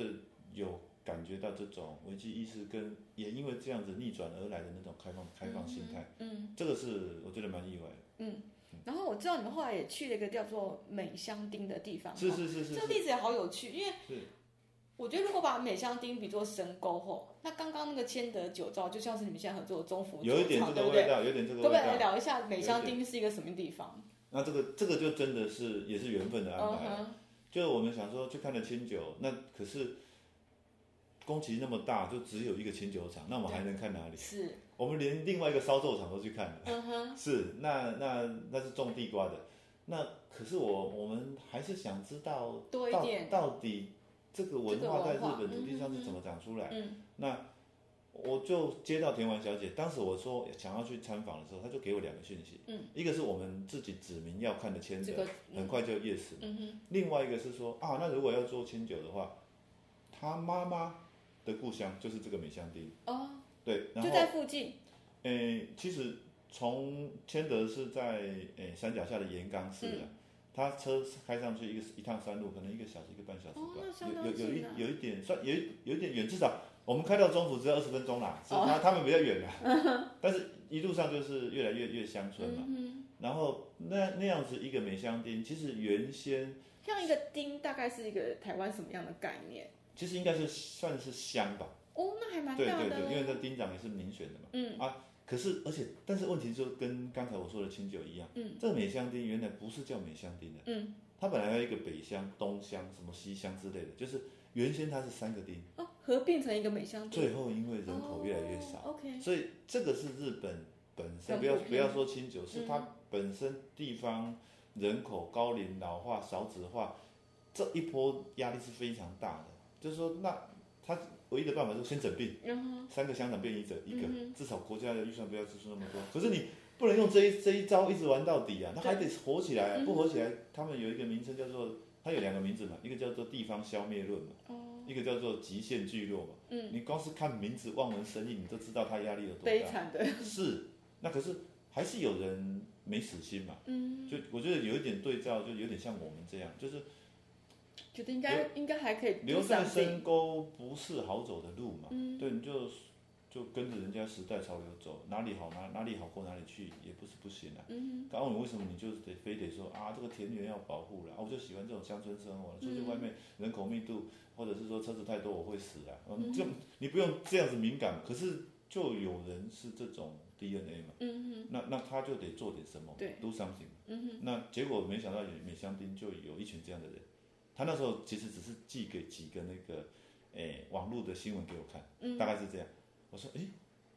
[SPEAKER 3] 有感觉到这种危机意识跟也因为这样子逆转而来的那种开放开放心态，嗯，这个是我觉得蛮意外的。
[SPEAKER 2] 然后我知道你们后来也去了一个叫做美香町的地方，
[SPEAKER 3] 是是是是
[SPEAKER 2] 嗯这个
[SPEAKER 3] 是，
[SPEAKER 2] 例子也好有趣，因为
[SPEAKER 3] 是
[SPEAKER 2] 我觉得如果把美香町比作神沟后，那刚刚那个千德酒造就像是你们现在合作的中福酒
[SPEAKER 3] 有一点
[SPEAKER 2] 厂，
[SPEAKER 3] 这
[SPEAKER 2] 对
[SPEAKER 3] 个
[SPEAKER 2] 不对？
[SPEAKER 3] 味道，有点这
[SPEAKER 2] 可
[SPEAKER 3] 个
[SPEAKER 2] 不
[SPEAKER 3] 味
[SPEAKER 2] 可以来
[SPEAKER 3] 道。
[SPEAKER 2] 聊一下美香町是一个什么地方？
[SPEAKER 3] 那这个这个就真的是也是缘分的安
[SPEAKER 2] 嗯
[SPEAKER 3] 排啊。
[SPEAKER 2] 哼，
[SPEAKER 3] 就我们想说去看了清酒，那可是宫崎那么大，就只有一个清酒厂，那我们还能看哪里？
[SPEAKER 2] 是，
[SPEAKER 3] 我们连另外一个烧酒厂都去看了。
[SPEAKER 2] 嗯哼，
[SPEAKER 3] 是，那那那是种地瓜的。那可是我我们还是想知道
[SPEAKER 2] 多一
[SPEAKER 3] 到
[SPEAKER 2] 点
[SPEAKER 3] 到底这个文
[SPEAKER 2] 这个
[SPEAKER 3] 化在
[SPEAKER 2] 文
[SPEAKER 3] 日
[SPEAKER 2] 化
[SPEAKER 3] 本土地上是怎么长出来？
[SPEAKER 2] 嗯
[SPEAKER 3] 那我就接到田丸小姐，当时我说想要去参访的时候，她就给我两个讯息，嗯，一个是我们自己指明要看的签
[SPEAKER 2] 这
[SPEAKER 3] 证，
[SPEAKER 2] 个
[SPEAKER 3] 很快就 yes
[SPEAKER 2] 嗯
[SPEAKER 3] 了。另外一个是说啊，那如果要做清酒的话，她妈妈的故乡就是这个美香町，
[SPEAKER 2] 哦，
[SPEAKER 3] 对，然
[SPEAKER 2] 就
[SPEAKER 3] 后
[SPEAKER 2] 在附近，
[SPEAKER 3] 诶、其实从千德是在诶、山脚下的盐冈市
[SPEAKER 2] 嗯
[SPEAKER 3] 啊，他车开上去一个一趟山路，可能一个小时一个半小时
[SPEAKER 2] 哦那
[SPEAKER 3] 吧，
[SPEAKER 2] 相当
[SPEAKER 3] 有有有
[SPEAKER 2] 近
[SPEAKER 3] 一
[SPEAKER 2] 啊
[SPEAKER 3] 有一点算有一有一点远，至少我们开到中府只要二十分钟啦，是
[SPEAKER 2] 哦
[SPEAKER 3] 他、他们比较远啦， 但是一路上就是越来越越乡村
[SPEAKER 2] 嗯
[SPEAKER 3] 嘛，然后那那样子一个美香町，其实原先
[SPEAKER 2] 像一个町，大概是一个台湾什么样的概念？
[SPEAKER 3] 其实应该是算是乡吧，
[SPEAKER 2] 哦，那还蛮
[SPEAKER 3] 对
[SPEAKER 2] 大
[SPEAKER 3] 对
[SPEAKER 2] 的哦，
[SPEAKER 3] 对，因为那町长也是民选的嘛。嗯啊，可是而且但是问题就跟刚才我说的清酒一样，嗯，这个美香町原来不是叫美香町的，嗯，它本来有一个北香、东香、什么西香之类的，就是原先它是三个町，
[SPEAKER 2] 哦，合并成一个美香町，
[SPEAKER 3] 最后因为人口越来越少，
[SPEAKER 2] 哦 OK，
[SPEAKER 3] 所以这个是日本本身，
[SPEAKER 2] 很
[SPEAKER 3] 不要
[SPEAKER 2] 普遍
[SPEAKER 3] 不要说清酒，是它本身地方人口高龄老化、少子化这一波压力是非常大的。就是说，那它唯一的办法就是先整病，三个乡长变一者一个，至少国家的预算不要支出那么多。可是你不能用这一这一招一直玩到底啊，那还得火起来啊、不火起来，他们有一个名称叫做，它有两个名字嘛，一个叫做地方消灭论嘛，一个叫做极限聚落嘛，嗯，你光是看名字望文生义，你就知道他压力有多
[SPEAKER 2] 悲
[SPEAKER 3] 大。
[SPEAKER 2] 惨的，
[SPEAKER 3] 是，那可是还是有人没死心嘛，嗯，就我觉得有一点对照，就有点像我们这样，就是
[SPEAKER 2] 觉得应该应该还可以
[SPEAKER 3] 留
[SPEAKER 2] do something。
[SPEAKER 3] 在
[SPEAKER 2] 嗯
[SPEAKER 3] 深沟不是好走的路嘛，对，你就就跟着人家时代潮流走，哪里好哪哪里好过哪里去也不是不行啊。嗯，刚问为什么你就是得非得说啊这个田园要保护了、啊，我就喜欢这种乡村生活，
[SPEAKER 2] 嗯
[SPEAKER 3] 出去外面人口密度或者是说车子太多我会死啊，嗯，就你不用这样子敏感，可是就有人是这种 DNA 嘛，嗯那那他就得做点什么，
[SPEAKER 2] 对
[SPEAKER 3] ，do something，嗯那结果没想到有美香町就有一群这样的人。他那时候其实只是寄给几个那个，诶、网络的新闻给我看，大概是这样。我说，诶、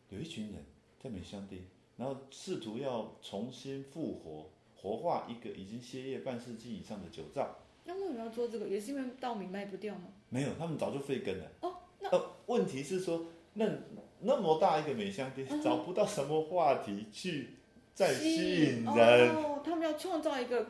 [SPEAKER 3] 有一群人在美香町，然后试图要重新复活、活化一个已经歇业半世纪以上的酒造，
[SPEAKER 2] 那为什么要做这个？也是因为稻米卖不掉吗？
[SPEAKER 3] 没有，他们早就废根了。
[SPEAKER 2] 哦，
[SPEAKER 3] 呃，问题是说，那那么大一个美香町，找不到什么话题去再嗯吸引人，
[SPEAKER 2] 哦，他们要创造一个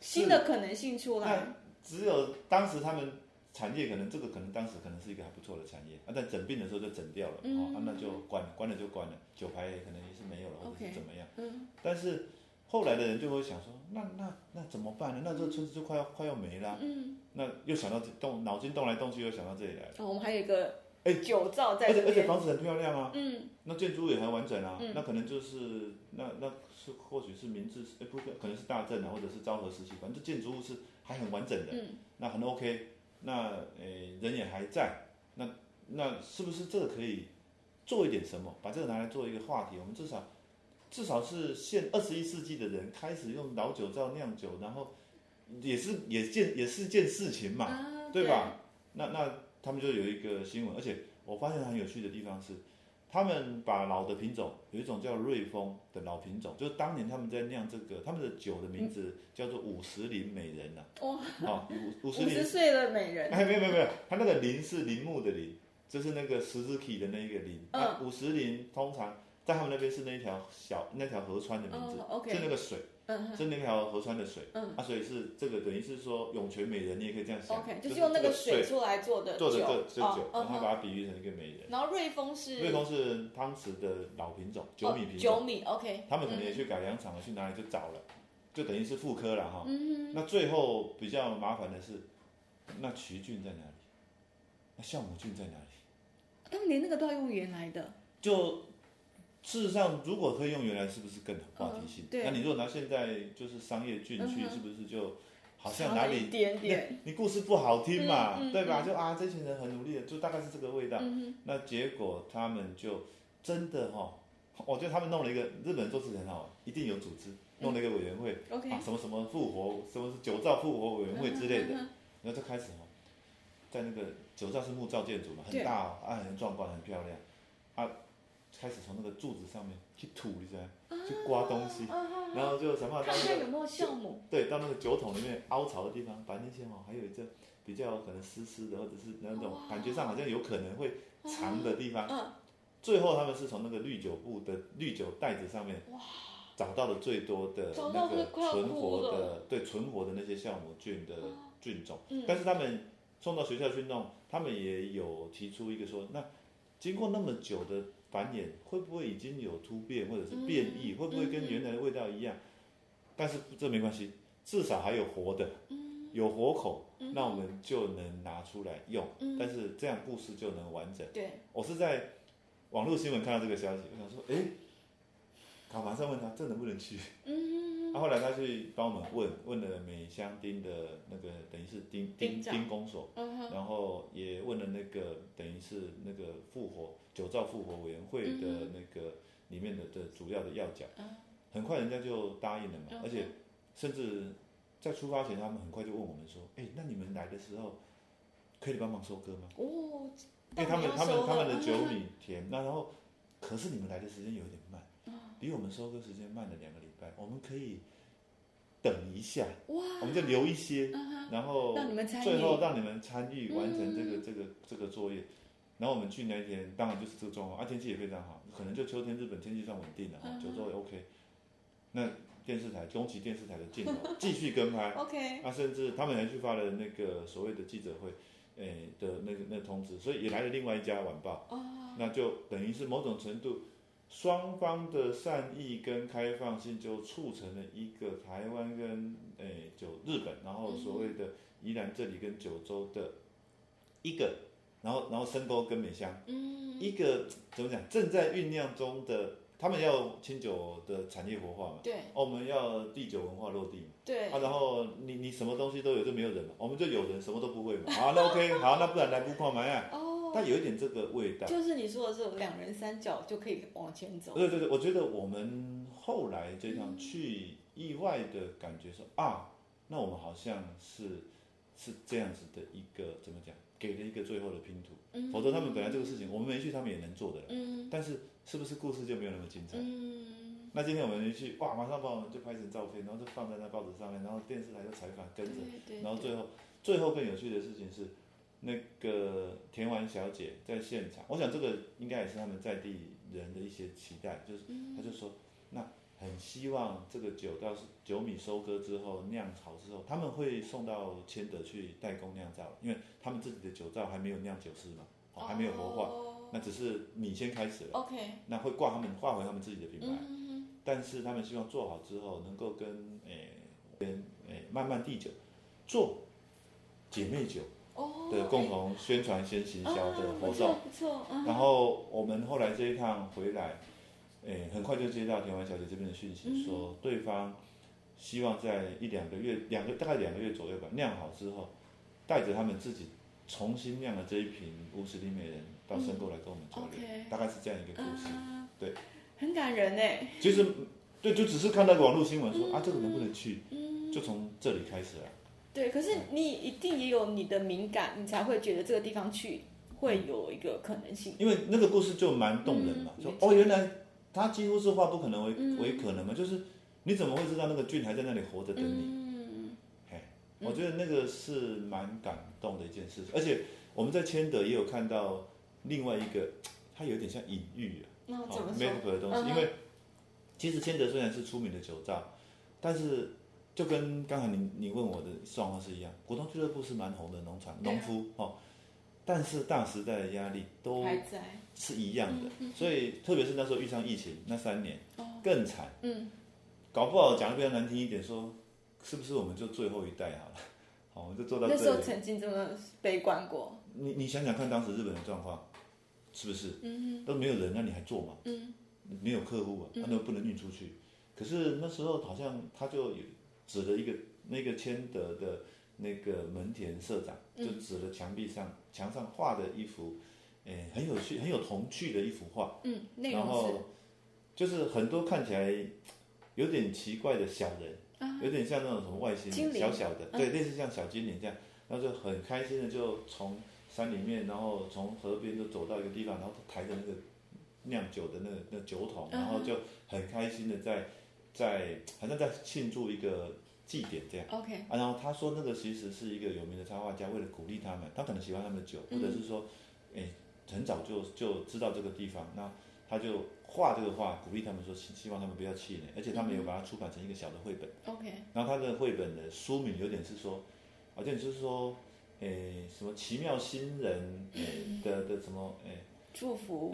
[SPEAKER 2] 新的可能性出来。
[SPEAKER 3] 只有当时他们产业可能这个可能当时可能是一个还不错的产业啊，但整病的时候就整掉了，哦、啊，那就关了，关了就关了，酒牌也可能也是没有了，或者
[SPEAKER 2] OK
[SPEAKER 3] 是怎么样。
[SPEAKER 2] 嗯，
[SPEAKER 3] 但是后来的人就会想说，那那那怎么办呢？那这个村子就快要、快要没了，嗯，那又想到这动脑筋动来动去，又想到这里来了。
[SPEAKER 2] 哦，我们还有一个
[SPEAKER 3] 哎
[SPEAKER 2] 酒造在
[SPEAKER 3] 而且
[SPEAKER 2] 这
[SPEAKER 3] 而且
[SPEAKER 2] 边。
[SPEAKER 3] 房子很漂亮啊，
[SPEAKER 2] 嗯，
[SPEAKER 3] 那建筑也很完整啊，那可能就是那那是或许是明治，哎不可能是大正啊，或者是昭和时期，反正这建筑物是还很完整的，
[SPEAKER 2] 嗯
[SPEAKER 3] 那很 OK，那诶人也还在，那那是不是这个可以做一点什么，把这个拿来做一个话题？我们至少至少是现二十一世纪的人开始用老酒造酿酒，然后也是也件也是件事情嘛，
[SPEAKER 2] 啊，
[SPEAKER 3] 对吧？那那他们就有一个新闻，而且我发现很有趣的地方是，他们把老的品种，有一种叫瑞丰的老品种，就是当年他们在酿这个，他们的酒的名字叫做五十铃美人呐、
[SPEAKER 2] 哇
[SPEAKER 3] 啊，五五
[SPEAKER 2] 五
[SPEAKER 3] 十铃
[SPEAKER 2] 十岁的美人，
[SPEAKER 3] 哎，没有没有没有，它那个铃是铃木的铃，就是那个十字 k 的那个铃。啊
[SPEAKER 2] 嗯
[SPEAKER 3] 那五十铃通常在他们那边是那一条小那条河川的名字，
[SPEAKER 2] 哦，OK
[SPEAKER 3] 是那个水，
[SPEAKER 2] 嗯
[SPEAKER 3] 是那条河川的水。
[SPEAKER 2] 嗯
[SPEAKER 3] 啊，所以是这个等于是说涌泉美人，你也可以这样想。
[SPEAKER 2] ，OK，
[SPEAKER 3] 就
[SPEAKER 2] 就是用那
[SPEAKER 3] 这
[SPEAKER 2] 个
[SPEAKER 3] 个
[SPEAKER 2] 水出来做的
[SPEAKER 3] 做的这这
[SPEAKER 2] 酒，
[SPEAKER 3] 酒
[SPEAKER 2] 哦，
[SPEAKER 3] 然后
[SPEAKER 2] 嗯
[SPEAKER 3] 把它比喻成一个美人。
[SPEAKER 2] 然后瑞丰是
[SPEAKER 3] 瑞丰是当时的老品种，酒米
[SPEAKER 2] 哦
[SPEAKER 3] 品种。
[SPEAKER 2] 九米，OK，
[SPEAKER 3] 他们可能也去改良场了，去哪里就找了，就等于是复刻了哈。
[SPEAKER 2] 嗯
[SPEAKER 3] 那最后比较麻烦的是，那曲菌在哪里？那酵母菌在哪里？
[SPEAKER 2] 他们连那个都要用原来的，
[SPEAKER 3] 就事实上，如果可以用原来，是不是更有话题性
[SPEAKER 2] 嗯？对
[SPEAKER 3] 那你如果拿现在就是商业菌
[SPEAKER 2] 嗯
[SPEAKER 3] 去，
[SPEAKER 2] 哼
[SPEAKER 3] 是不是就好
[SPEAKER 2] 差
[SPEAKER 3] 像
[SPEAKER 2] 了
[SPEAKER 3] 哪
[SPEAKER 2] 一
[SPEAKER 3] 里
[SPEAKER 2] 点点，
[SPEAKER 3] 你故事不好听嘛，
[SPEAKER 2] 嗯嗯
[SPEAKER 3] 对吧？就啊，这群人很努力的，就大概是这个味道。
[SPEAKER 2] 嗯
[SPEAKER 3] 那结果他们就真的哈、我觉得他们弄了一个日本做事情很好玩，一定有组织，弄了一个委员会。
[SPEAKER 2] 嗯 OK
[SPEAKER 3] 啊，什么什么复活，什么是酒造复活委员会之类的，
[SPEAKER 2] 嗯嗯嗯
[SPEAKER 3] 然后就开始哦，在那个酒造是木造建筑嘛，
[SPEAKER 2] 对
[SPEAKER 3] 很大、哦，啊，很壮观，很漂亮，啊，开始从那个柱子上面去吐，你知道吗，
[SPEAKER 2] 啊
[SPEAKER 3] 去刮东西，然后就想办法
[SPEAKER 2] 看
[SPEAKER 3] 到
[SPEAKER 2] 一下
[SPEAKER 3] 那
[SPEAKER 2] 有
[SPEAKER 3] 个
[SPEAKER 2] 没有酵母。
[SPEAKER 3] 对，到那个酒桶里面凹槽的地方，把那些哦，还有一阵比较可能湿湿的，或者是那种
[SPEAKER 2] 哇
[SPEAKER 3] 感觉上好像有可能会藏的地方，
[SPEAKER 2] 嗯
[SPEAKER 3] 最后他们是从那个绿酒布的绿酒袋子上面找到了最多的
[SPEAKER 2] 找到
[SPEAKER 3] 那
[SPEAKER 2] 会
[SPEAKER 3] 个
[SPEAKER 2] 快要
[SPEAKER 3] 存
[SPEAKER 2] 哭
[SPEAKER 3] 活
[SPEAKER 2] 了
[SPEAKER 3] 的对存活的那些酵母菌的菌种，
[SPEAKER 2] 嗯
[SPEAKER 3] 但是他们送到学校去弄，他们也有提出一个说，那经过那么久的繁衍，会不会已经有突变或者是变异，会不会跟原来的味道一样？但是这没关系，至少还有活的，有活口，那我们就能拿出来用，但是这样故事就能完整。
[SPEAKER 2] 对，
[SPEAKER 3] 我是在网络新闻看到这个消息，我想说，哎、好，马上问他这能不能去。嗯、啊，后来他去帮我们问，问了美香町的那个等于是丁
[SPEAKER 2] 丁
[SPEAKER 3] 丁
[SPEAKER 2] 长
[SPEAKER 3] 丁公所，
[SPEAKER 2] 嗯哼，
[SPEAKER 3] 然后也问了那个等于是那个复活酒造复活委员会的那个里面的的主要的要角，很快人家就答应了嘛，
[SPEAKER 2] 嗯哼
[SPEAKER 3] 而且甚至在出发前，他们很快就问我们说，哎、那你们来的时候可以帮忙收割吗？
[SPEAKER 2] 哦，
[SPEAKER 3] 因为他们
[SPEAKER 2] 到
[SPEAKER 3] 他
[SPEAKER 2] 你要
[SPEAKER 3] 们
[SPEAKER 2] 收
[SPEAKER 3] 他
[SPEAKER 2] 了
[SPEAKER 3] 们的酒，
[SPEAKER 2] 嗯嗯
[SPEAKER 3] 米甜，那然后可是你们来的时间有一点慢，比我们收割时间慢了两个礼拜，我们可以等一下，我们就留一些，然后
[SPEAKER 2] 嗯让你们参与嗯
[SPEAKER 3] 最后让你们参与完成这个这个这个作业。然后我们去那一天，当然就是这个状况，啊，天气也非常好，可能就秋天日本天气算稳定了，
[SPEAKER 2] 嗯
[SPEAKER 3] 哦九州也 OK。那电视台中期电 视台的镜头继续跟拍，
[SPEAKER 2] OK，
[SPEAKER 3] 啊，甚至他们还去发了那个所谓的记者会，诶的那个那个通知，所以也来了另外一家晚报，那就等于是某种程度，双方的善意跟开放性就促成了一个台湾跟诶九日本，然后所谓的宜兰这里跟九州的一个，然后然后深沟跟美香，
[SPEAKER 2] 嗯，
[SPEAKER 3] 一个怎么讲正在酝酿中的，他们要清酒的产业活化嘛，
[SPEAKER 2] 对
[SPEAKER 3] 哦我们要地酒文化落地嘛。
[SPEAKER 2] 对
[SPEAKER 3] 啊，，然后你你什么东西都有就没有人嘛，我们就有人什么都不会嘛。好，那 OK，好，那不然来不矿嘛呀。
[SPEAKER 2] 哦，
[SPEAKER 3] 它有一点这个味道。
[SPEAKER 2] 就是你说的这种两人三角就可以往前走，
[SPEAKER 3] 对对对，我觉得我们后来这
[SPEAKER 2] 嗯
[SPEAKER 3] 趟去意外的感觉说啊，那我们好像是是这样子的一个怎么讲，给了一个最后的拼图。
[SPEAKER 2] 嗯，
[SPEAKER 3] 否则他们本来这个事情我们没去，他们也能做的啦。
[SPEAKER 2] 嗯
[SPEAKER 3] 但是是不是故事就没有那么精彩？
[SPEAKER 2] 嗯，
[SPEAKER 3] 那今天我们一去，哇，马上把我们就拍成照片，然后就放在那报纸上面，然后电视台就采访跟
[SPEAKER 2] 对
[SPEAKER 3] 着。
[SPEAKER 2] 对，
[SPEAKER 3] 然后最后，最后更有趣的事情是，那个田丸小姐在现场，我想这个应该也是他们在地人的一些期待，就是
[SPEAKER 2] 嗯
[SPEAKER 3] 她就说，那很希望这个酒到酒米收割之后酿好之后，他们会送到千德去代工酿造，因为他们自己的酒造还没有酿酒师嘛，哦，还没有活化，
[SPEAKER 2] 化
[SPEAKER 3] 那只是米先开始了，
[SPEAKER 2] ，OK，
[SPEAKER 3] 那会挂他们挂回他们自己的品牌。
[SPEAKER 2] 嗯
[SPEAKER 3] 但是他们希望做好之后，能够跟诶跟诶慢慢地酒做姐妹酒
[SPEAKER 2] 哦
[SPEAKER 3] 的共同宣传先行销的活动。
[SPEAKER 2] 不错，
[SPEAKER 3] 然后我们后来这一趟回来，诶，很快就接到田丸小姐这边的讯息说，
[SPEAKER 2] 嗯
[SPEAKER 3] 对方希望在一两个月，两个大概两个月左右吧，酿好之后，带着他们自己重新酿的这一瓶乌斯利美人到深沟来跟我们交流，
[SPEAKER 2] OK
[SPEAKER 3] 大概是这样一个故事。
[SPEAKER 2] 嗯，
[SPEAKER 3] 对，
[SPEAKER 2] 很感人哎，
[SPEAKER 3] 其实，对，就只是看到网络新闻说、啊，这个能不能去，
[SPEAKER 2] 嗯，
[SPEAKER 3] 就从这里开始啊。
[SPEAKER 2] 对，可是你一定也有你的敏感，你才会觉得这个地方去
[SPEAKER 3] 嗯
[SPEAKER 2] 会有一个可能性。
[SPEAKER 3] 因为那个故事就蛮动人嘛，
[SPEAKER 2] 嗯
[SPEAKER 3] 说
[SPEAKER 2] 没错
[SPEAKER 3] 哦，原来他几乎是化不可能为、
[SPEAKER 2] 嗯
[SPEAKER 3] 为可能嘛，就是你怎么会知道那个菌还在那里活着等你？
[SPEAKER 2] 嗯，
[SPEAKER 3] 嘿，我觉得那个是蛮感动的一件事情，而且我们在千德也有看到另外一个，它有点像隐喻啊，
[SPEAKER 2] 那怎
[SPEAKER 3] 哦
[SPEAKER 2] 么
[SPEAKER 3] m
[SPEAKER 2] 说
[SPEAKER 3] a？k e 的东
[SPEAKER 2] 嗯
[SPEAKER 3] 西，
[SPEAKER 2] 哼
[SPEAKER 3] 因为其实千德虽然是出名的酒造，但是就跟刚才你你问我的状况是一样，国东俱乐部是蛮红的农场
[SPEAKER 2] 对啊
[SPEAKER 3] 农夫哦，但是大时代的压力都
[SPEAKER 2] 还在
[SPEAKER 3] 是一样的，所以特别是那时候遇上疫情那三年
[SPEAKER 2] 嗯哦，
[SPEAKER 3] 更惨，
[SPEAKER 2] 嗯，
[SPEAKER 3] 搞不好讲的比较难听一点说，是不是我们就最后一代好了？好，我们就做到
[SPEAKER 2] 那时
[SPEAKER 3] 这
[SPEAKER 2] 候
[SPEAKER 3] 里。
[SPEAKER 2] 曾经这么悲观过。
[SPEAKER 3] 你你想想看，当时日本的状况是不是
[SPEAKER 2] 嗯
[SPEAKER 3] 都没有人，那你还做吗？
[SPEAKER 2] 嗯，
[SPEAKER 3] 没有客户啊，那都不能运出去。可是那时候好像他就有指了一个那个千德的那个门田社长，
[SPEAKER 2] 嗯
[SPEAKER 3] 就指了墙壁上墙上画的一幅，诶、很有趣很有童趣的一幅画。
[SPEAKER 2] 嗯，内
[SPEAKER 3] 然
[SPEAKER 2] 容
[SPEAKER 3] 后就是很多看起来有点奇怪的小人，有点像那种什么外星
[SPEAKER 2] 啊精
[SPEAKER 3] 人，
[SPEAKER 2] 灵嗯
[SPEAKER 3] 小小的，对，类似像小精灵这样，然后就很开心的就从山里面，然后从河边就走到一个地方，然后抬着那个酿酒的那个那酒桶，然
[SPEAKER 2] 嗯
[SPEAKER 3] 后就很开心的在在好像在庆祝一个祭典这样。
[SPEAKER 2] 是 OK，
[SPEAKER 3] 啊，然后他说那个其实是一个有名的插画家，为了鼓励他们，他可能喜欢他们的酒，或者
[SPEAKER 2] 嗯
[SPEAKER 3] 是说，哎、很早就就知道这个地方，那他就画这个画，鼓励他们说，希希望他们不要气馁，而且他们
[SPEAKER 2] 嗯
[SPEAKER 3] 有把它出版成一个小的绘本，
[SPEAKER 2] OK，
[SPEAKER 3] 然后他的绘本的书名有点是说，好像就是说，哎、什么奇妙新人，哎、的的什么，哎、
[SPEAKER 2] 祝福。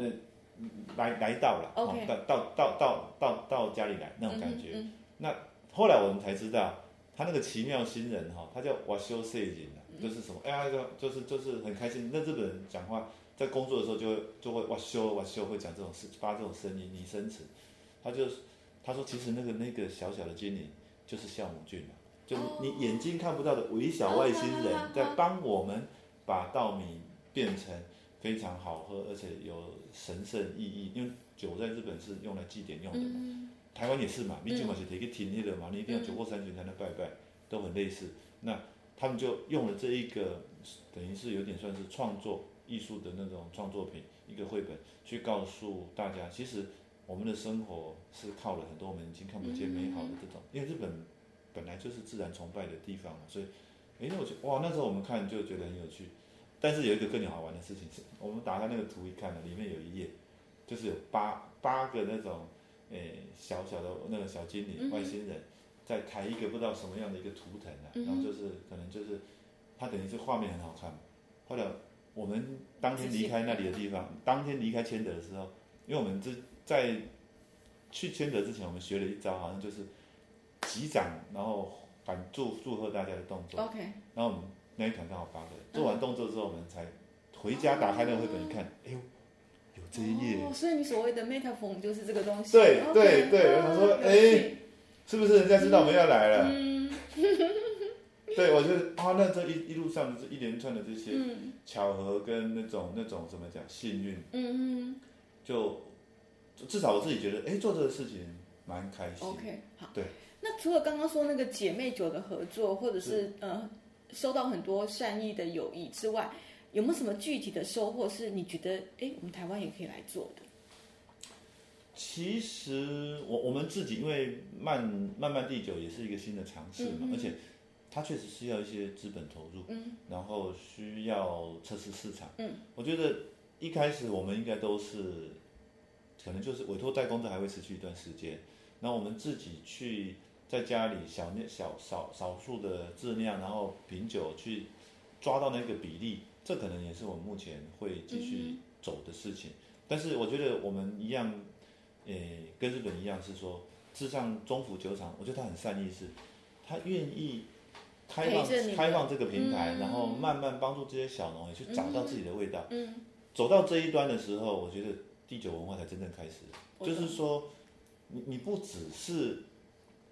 [SPEAKER 2] 嗯
[SPEAKER 3] 来来到了
[SPEAKER 2] OK
[SPEAKER 3] 哦到到到到到到家里来那种感觉。
[SPEAKER 2] 嗯
[SPEAKER 3] 后来我们才知道，他那个奇妙新人哈、他叫瓦修塞人啊，就是什么，哎呀，就是就是很开心。那日本人讲话，在工作的时候就会就会哇修哇修，会讲这种事，发这种声音，拟声词。他就他说，其实那个那个小小的精灵就是酵母菌啊，就是你眼睛看不到的微小外星人
[SPEAKER 2] 哦，
[SPEAKER 3] 在帮我们把稻米变成非常好喝，而且有神圣意义，因为酒在日本是用来祭典用的嘛。
[SPEAKER 2] 嗯
[SPEAKER 3] 台湾也是嘛，你酒嘛是得去停那个嘛，你一定要酒过三巡才能拜拜，都很类似。那他们就用了这一个，等于是有点算是创作艺术的那种创作品，一个绘本，去告诉大家，其实我们的生活是靠了很多我们已经看不见美好的这种，因为日本本来就是自然崇拜的地方嘛，所以，诶，那我觉得哇，那时候我们看就觉得很有趣。但是有一个更好玩的事情是，我们打开那个图一看呢，里面有一页，就是有八八个那种诶、小小的那个小精灵、
[SPEAKER 2] 嗯哼
[SPEAKER 3] 外星人，在抬一个不知道什么样的一个图腾啊，
[SPEAKER 2] 嗯哼
[SPEAKER 3] 然后就是可能就是它等于是画面很好看，后来我们当天离开那里的地方，当天离开千德的时候，因为我们这在去千德之前，我们学了一招，好像就是击掌，然后喊祝祝贺大家的动作。
[SPEAKER 2] OK，
[SPEAKER 3] 然后我们那一团刚好八个人，做完动作之后，我们才回家打开那个绘本一看，哎呦，有这一页，
[SPEAKER 2] 哦，所以你所谓的 metaphor 就是这个东西。
[SPEAKER 3] 对
[SPEAKER 2] OK，
[SPEAKER 3] 对对我想说
[SPEAKER 2] 哦有趣
[SPEAKER 3] 是不是人家知道我们要来了？
[SPEAKER 2] 嗯
[SPEAKER 3] 对，我觉得啊，那这一一路上这一连串的这些
[SPEAKER 2] 嗯
[SPEAKER 3] 巧合跟那种那种怎么讲幸运，
[SPEAKER 2] 嗯嗯
[SPEAKER 3] 就就至少我自己觉得，哎，做这个事情蛮开心。
[SPEAKER 2] ，OK，好。
[SPEAKER 3] 对。
[SPEAKER 2] 那除了刚刚说那个姐妹酒的合作，或者是呃收到很多善意的友谊之外，有没有什么具体的收获是你觉得，哎，我们台湾也可以来做的？
[SPEAKER 3] 其实我我们自己因为慢慢慢地久也是一个新的尝试嘛，
[SPEAKER 2] 嗯嗯
[SPEAKER 3] 而且它确实是要一些资本投入，
[SPEAKER 2] 嗯
[SPEAKER 3] 然后需要测试市场。
[SPEAKER 2] 嗯，
[SPEAKER 3] 我觉得一开始我们应该都是，可能就是委托代工，这还会持续一段时间。那我们自己去在家里小酿小少少数的质量，然后品酒去抓到那个比例，这可能也是我们目前会继续
[SPEAKER 2] 嗯
[SPEAKER 3] 走的事情。但是我觉得我们一样，诶、跟日本一样是说，事实上中府酒厂，我觉得他很善意是，他愿意开放
[SPEAKER 2] 陪着你们
[SPEAKER 3] 开放这个平台，
[SPEAKER 2] 嗯
[SPEAKER 3] 然后慢慢帮助这些小农也去找到自己的味道。
[SPEAKER 2] 嗯，
[SPEAKER 3] 走到这一端的时候，我觉得第九文化才真正开始。
[SPEAKER 2] 我
[SPEAKER 3] 就
[SPEAKER 2] 懂
[SPEAKER 3] 是说，你你不只是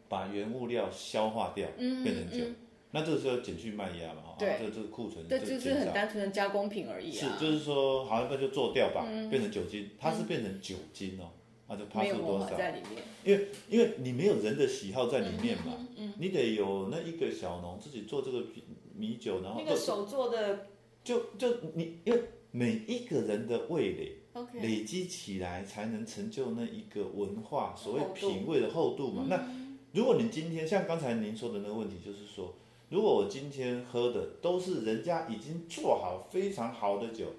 [SPEAKER 3] 把原物料消化掉，
[SPEAKER 2] 嗯
[SPEAKER 3] 变成酒，
[SPEAKER 2] 嗯
[SPEAKER 3] 那这个时候减去卖压嘛，啊，
[SPEAKER 2] 对
[SPEAKER 3] 这这个库存
[SPEAKER 2] 对，
[SPEAKER 3] 就
[SPEAKER 2] 就是
[SPEAKER 3] 减
[SPEAKER 2] 很
[SPEAKER 3] 少。
[SPEAKER 2] 单纯的加工品而已
[SPEAKER 3] 是
[SPEAKER 2] 啊。，
[SPEAKER 3] 就是说，好，那就做掉吧，
[SPEAKER 2] 嗯
[SPEAKER 3] 变成酒精，它是变成酒精哦，那就趴
[SPEAKER 2] 没
[SPEAKER 3] 数
[SPEAKER 2] 有
[SPEAKER 3] 多
[SPEAKER 2] 文化
[SPEAKER 3] 少？
[SPEAKER 2] 在里面，
[SPEAKER 3] 因为因为你没有人的喜好在里面嘛，
[SPEAKER 2] 嗯。嗯，嗯
[SPEAKER 3] 你得有那一个小农自己做这个啤米酒，然后
[SPEAKER 2] 那个
[SPEAKER 3] 就
[SPEAKER 2] 手做的
[SPEAKER 3] 就就你因为每一个人的味蕾
[SPEAKER 2] OK，
[SPEAKER 3] 累积起来，才能成就那一个文化所谓
[SPEAKER 2] 厚度嗯
[SPEAKER 3] 品味的厚度嘛。那如果你今天像刚才您说的那个问题，就是说，如果我今天喝的都是人家已经做好非常好的酒，